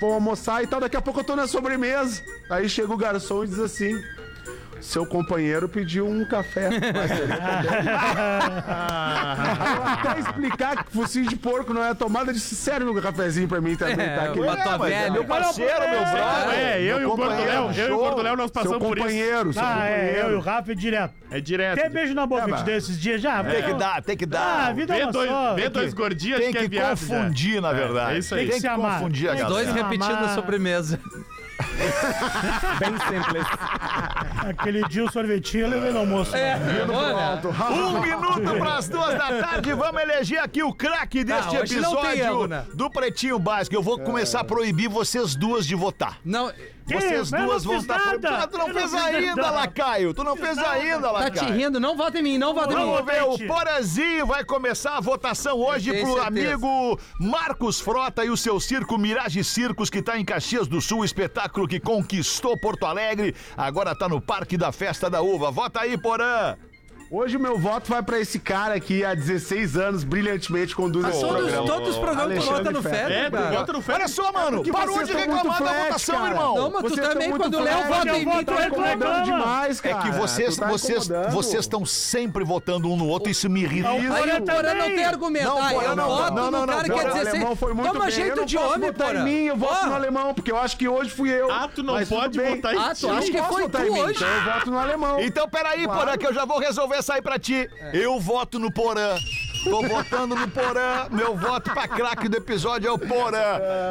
G: fomos almoçar e tal, daqui a pouco eu tô na sobremesa. Aí chega o garçom e diz assim. Seu companheiro pediu um café. Mas seria eu até explicar que focinho de porco não é tomada, eu disse, serve um cafezinho pra mim também, tá?
H: É,
G: querido?"
H: uma tua
D: mas é
H: velha.
D: meu parceiro, meu brother.
J: É, eu e
D: meu
J: o Gordo
D: companheiro,
J: Léo, eu e o
D: show.
J: Gordo Léo nós
G: Seu
J: passamos por isso.
G: companheiro, seu
F: Ah, é, eu e o
G: companheiro.
F: Rafa é direto.
J: É direto.
F: Até beijo na boca
G: É,
F: eu te
G: mas-
F: dei esses dias já.
D: Tem que
F: pô.
D: dar, tem que
F: Ah,
D: dar.
F: a vida é
J: Vê
F: uma
J: dois,
F: só.
J: vê
F: tem
J: dois gordinhos, acho
D: tem
J: que
D: que,
J: é viado. já.
D: confundir, na verdade.
J: é isso aí.
D: Tem
J: Tem
D: que,
F: que se amar.
D: confundir a
F: Tem que
D: galera.
H: Dois
F: Amar.
H: repetindo na sobremesa.
F: Aquele dia o sorvetinho eu levei no
G: Tá
F: almoço.
H: É, olha.
D: Um minuto para as duas da tarde, vamos eleger aqui o craque deste
H: hoje não tem erro,
D: episódio
H: né?
D: do Pretinho Básico. Eu vou começar a proibir vocês duas de votar.
H: Não,
D: Vocês
F: Mas eu
D: duas
F: não
D: vão
F: fiz
D: estar
F: nada.
D: proibindo. Ah, Tu não
F: Eu não
D: fez
F: fiz
D: ainda,
F: nada.
D: Lacaio. Tu não fez ainda,
H: tá te
D: Lacaio.
H: rindo. Não vota em mim, não vota em mim.
D: Vamos ver, o
F: Gente.
D: Porazinho vai começar a votação hoje
H: tenho
D: pro
H: certeza.
D: amigo Marcos Frota e o seu circo Mirage Circos, que tá em Caxias do Sul, espetáculo que conquistou Porto Alegre, agora tá no Parque da Festa da Uva. Vota aí, Porã!
G: Hoje o meu voto vai pra esse cara que há 16 anos brilhantemente conduz
H: Mas
G: esse
H: todos,
G: programa.
H: todos os programas que tu vota
G: Alexandre
H: no
G: Fetter.
H: Fed,
J: É, tu
H: cara.
J: bota no
D: Olha
J: ferro.
D: só, mano,
G: Porque
D: parou
G: vocês
D: de
G: tão muito
D: reclamar da
G: flat,
D: votação,
G: cara.
D: irmão!
H: Não, mas tu
G: Vocês tão
H: também,
G: muito
H: quando o Léo
G: flat,
H: vota em
F: eu
H: mim, tu
F: voto
G: Tá
F: em
G: incomodando
F: reclama.
G: demais, cara.
D: é que vocês
G: Tu tá
D: vocês
G: incomodando.
D: vocês estão sempre votando um no outro, isso me irrita.
H: Aí o Porã não tem argumento.
D: Não,
H: Ah,
D: Porã,
H: eu
D: não,
H: voto
D: não,
H: no cara que é
G: Agora, o
H: 16.
G: alemão foi muito
H: Toma
G: bem. eu
H: jeito
G: não
H: de
G: posso
H: homem,
G: votar em
H: Porã.
G: mim, eu voto
H: Porra.
G: no alemão, porque eu acho que hoje fui eu.
J: Ah, tu não
G: Mas
J: pode
G: tudo bem.
J: votar em
H: Ah,
J: ti.
H: tu acha
G: Eu
H: que
G: posso
H: foi
G: votar
H: tu
G: em mim,
H: hoje?
G: Então eu voto no alemão.
D: Então peraí,
G: Claro.
D: Porã, que eu já vou resolver essa aí pra ti.
E: É.
D: Eu voto no Porã. Tô votando no Porã. Meu voto pra craque do episódio é o Porã.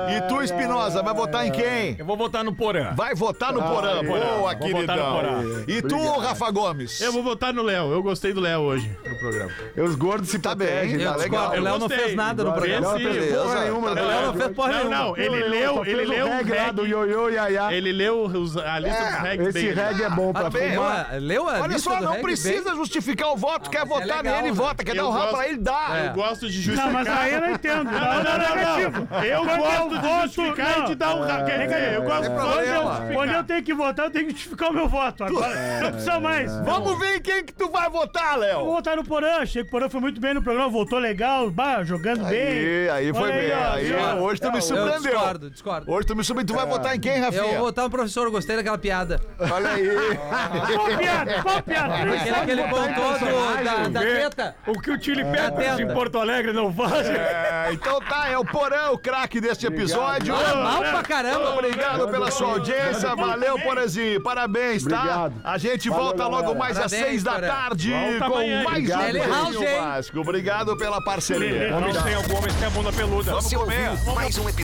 D: E tu, Espinosa, vai votar em quem?
E: Eu vou votar no Porã.
D: Vai votar no Porã. Boa,
E: Vou votar no
D: queridão.
E: Porã.
D: E tu, Rafa Gomes?
J: Eu vou votar no Léo. Eu gostei do Léo hoje no programa.
G: Eu, os gordos se
D: Tá
G: protegem,
D: bem,
G: tá
H: Eu discordo.
D: legal.
H: O Léo não
J: gostei.
H: fez nada no
J: Agora,
H: programa.
G: Não,
J: Esse-
G: fez porra
D: beleza.
G: nenhuma,
D: Tá
G: né?
H: Léo não fez porra
J: Não,
H: nenhuma.
J: não, ele leu, ele leu o
G: reggae lá do
J: reggae.
G: ioiô iaiá.
J: Ele leu os- a lista dos regs
G: Esse
J: dele.
G: reggae é bom pra
D: Parabéns.
G: fumar.
H: Tá Ué, Leu a
D: Olha
H: lista
D: só,
H: do
D: não
H: reggae
D: precisa
H: bem.
D: justificar o voto. Quer
H: mas é
D: votar
H: legal,
D: nele,
H: né?
D: vota. Quer dar
J: Eu
D: o rabo
J: gosto-
D: pra ele, dá.
H: É.
J: Eu gosto de justificar.
F: Não, mas aí eu não entendo.
J: Não, não, não, não, não. Eu
F: Quando
J: gosto
F: eu
J: de
F: voto,
J: justificar e
F: não.
J: de dar um ra- Quer dizer, eu
H: É,
J: gosto de
F: Quando eu,
J: justificar.
F: quando eu tenho que votar, eu tenho que justificar o meu voto. Agora
G: É,
F: não precisa mais.
D: Vamos ver em quem que tu vai votar,
F: Eu
D: Léo.
F: Vou votar no Porã. Achei que o Porã foi muito bem no programa, voltou legal, bah, jogando bem.
D: Aí, aí foi
F: Olha aí,
D: bem.
F: ó,
D: Aí,
F: viu?
D: hoje tu me
H: Eu
D: surpreendeu.
H: discordo, discordo.
D: Hoje tu me surpreendeu. Tu
E: É.
D: vai votar em quem,
H: Eu
D: Rafinha?
H: vou votar no professor, eu gostei daquela piada.
D: Olha aí.
F: Qual piada? Qual piada?
H: Aquele que ele contou do- da, da treta.
E: O que o Chili
H: É,
E: Peppers
H: tenta.
E: em Porto Alegre não faz.
D: É, então tá, é o Porã, o craque deste episódio.
H: Ah, mal pra caramba.
D: Obrigado pela sua audiência, valeu, Porazinho. Parabéns, tá?
G: Obrigado.
D: A gente
G: Valeu,
D: volta logo
G: galera.
D: mais às
H: Parabéns,
D: seis da
H: Porã.
D: tarde
J: Volta
D: com
J: amanhã.
D: mais
G: Obrigado.
H: Ele é
D: um
H: house,
D: Pretinho
H: hein?
D: Básico. Obrigado pela parceria.
F: Lele
D: Vamos
F: House.
D: dar-
E: Tem algum homem que tem a bunda peluda.
D: Vamos comer.
A: Mais um episódio.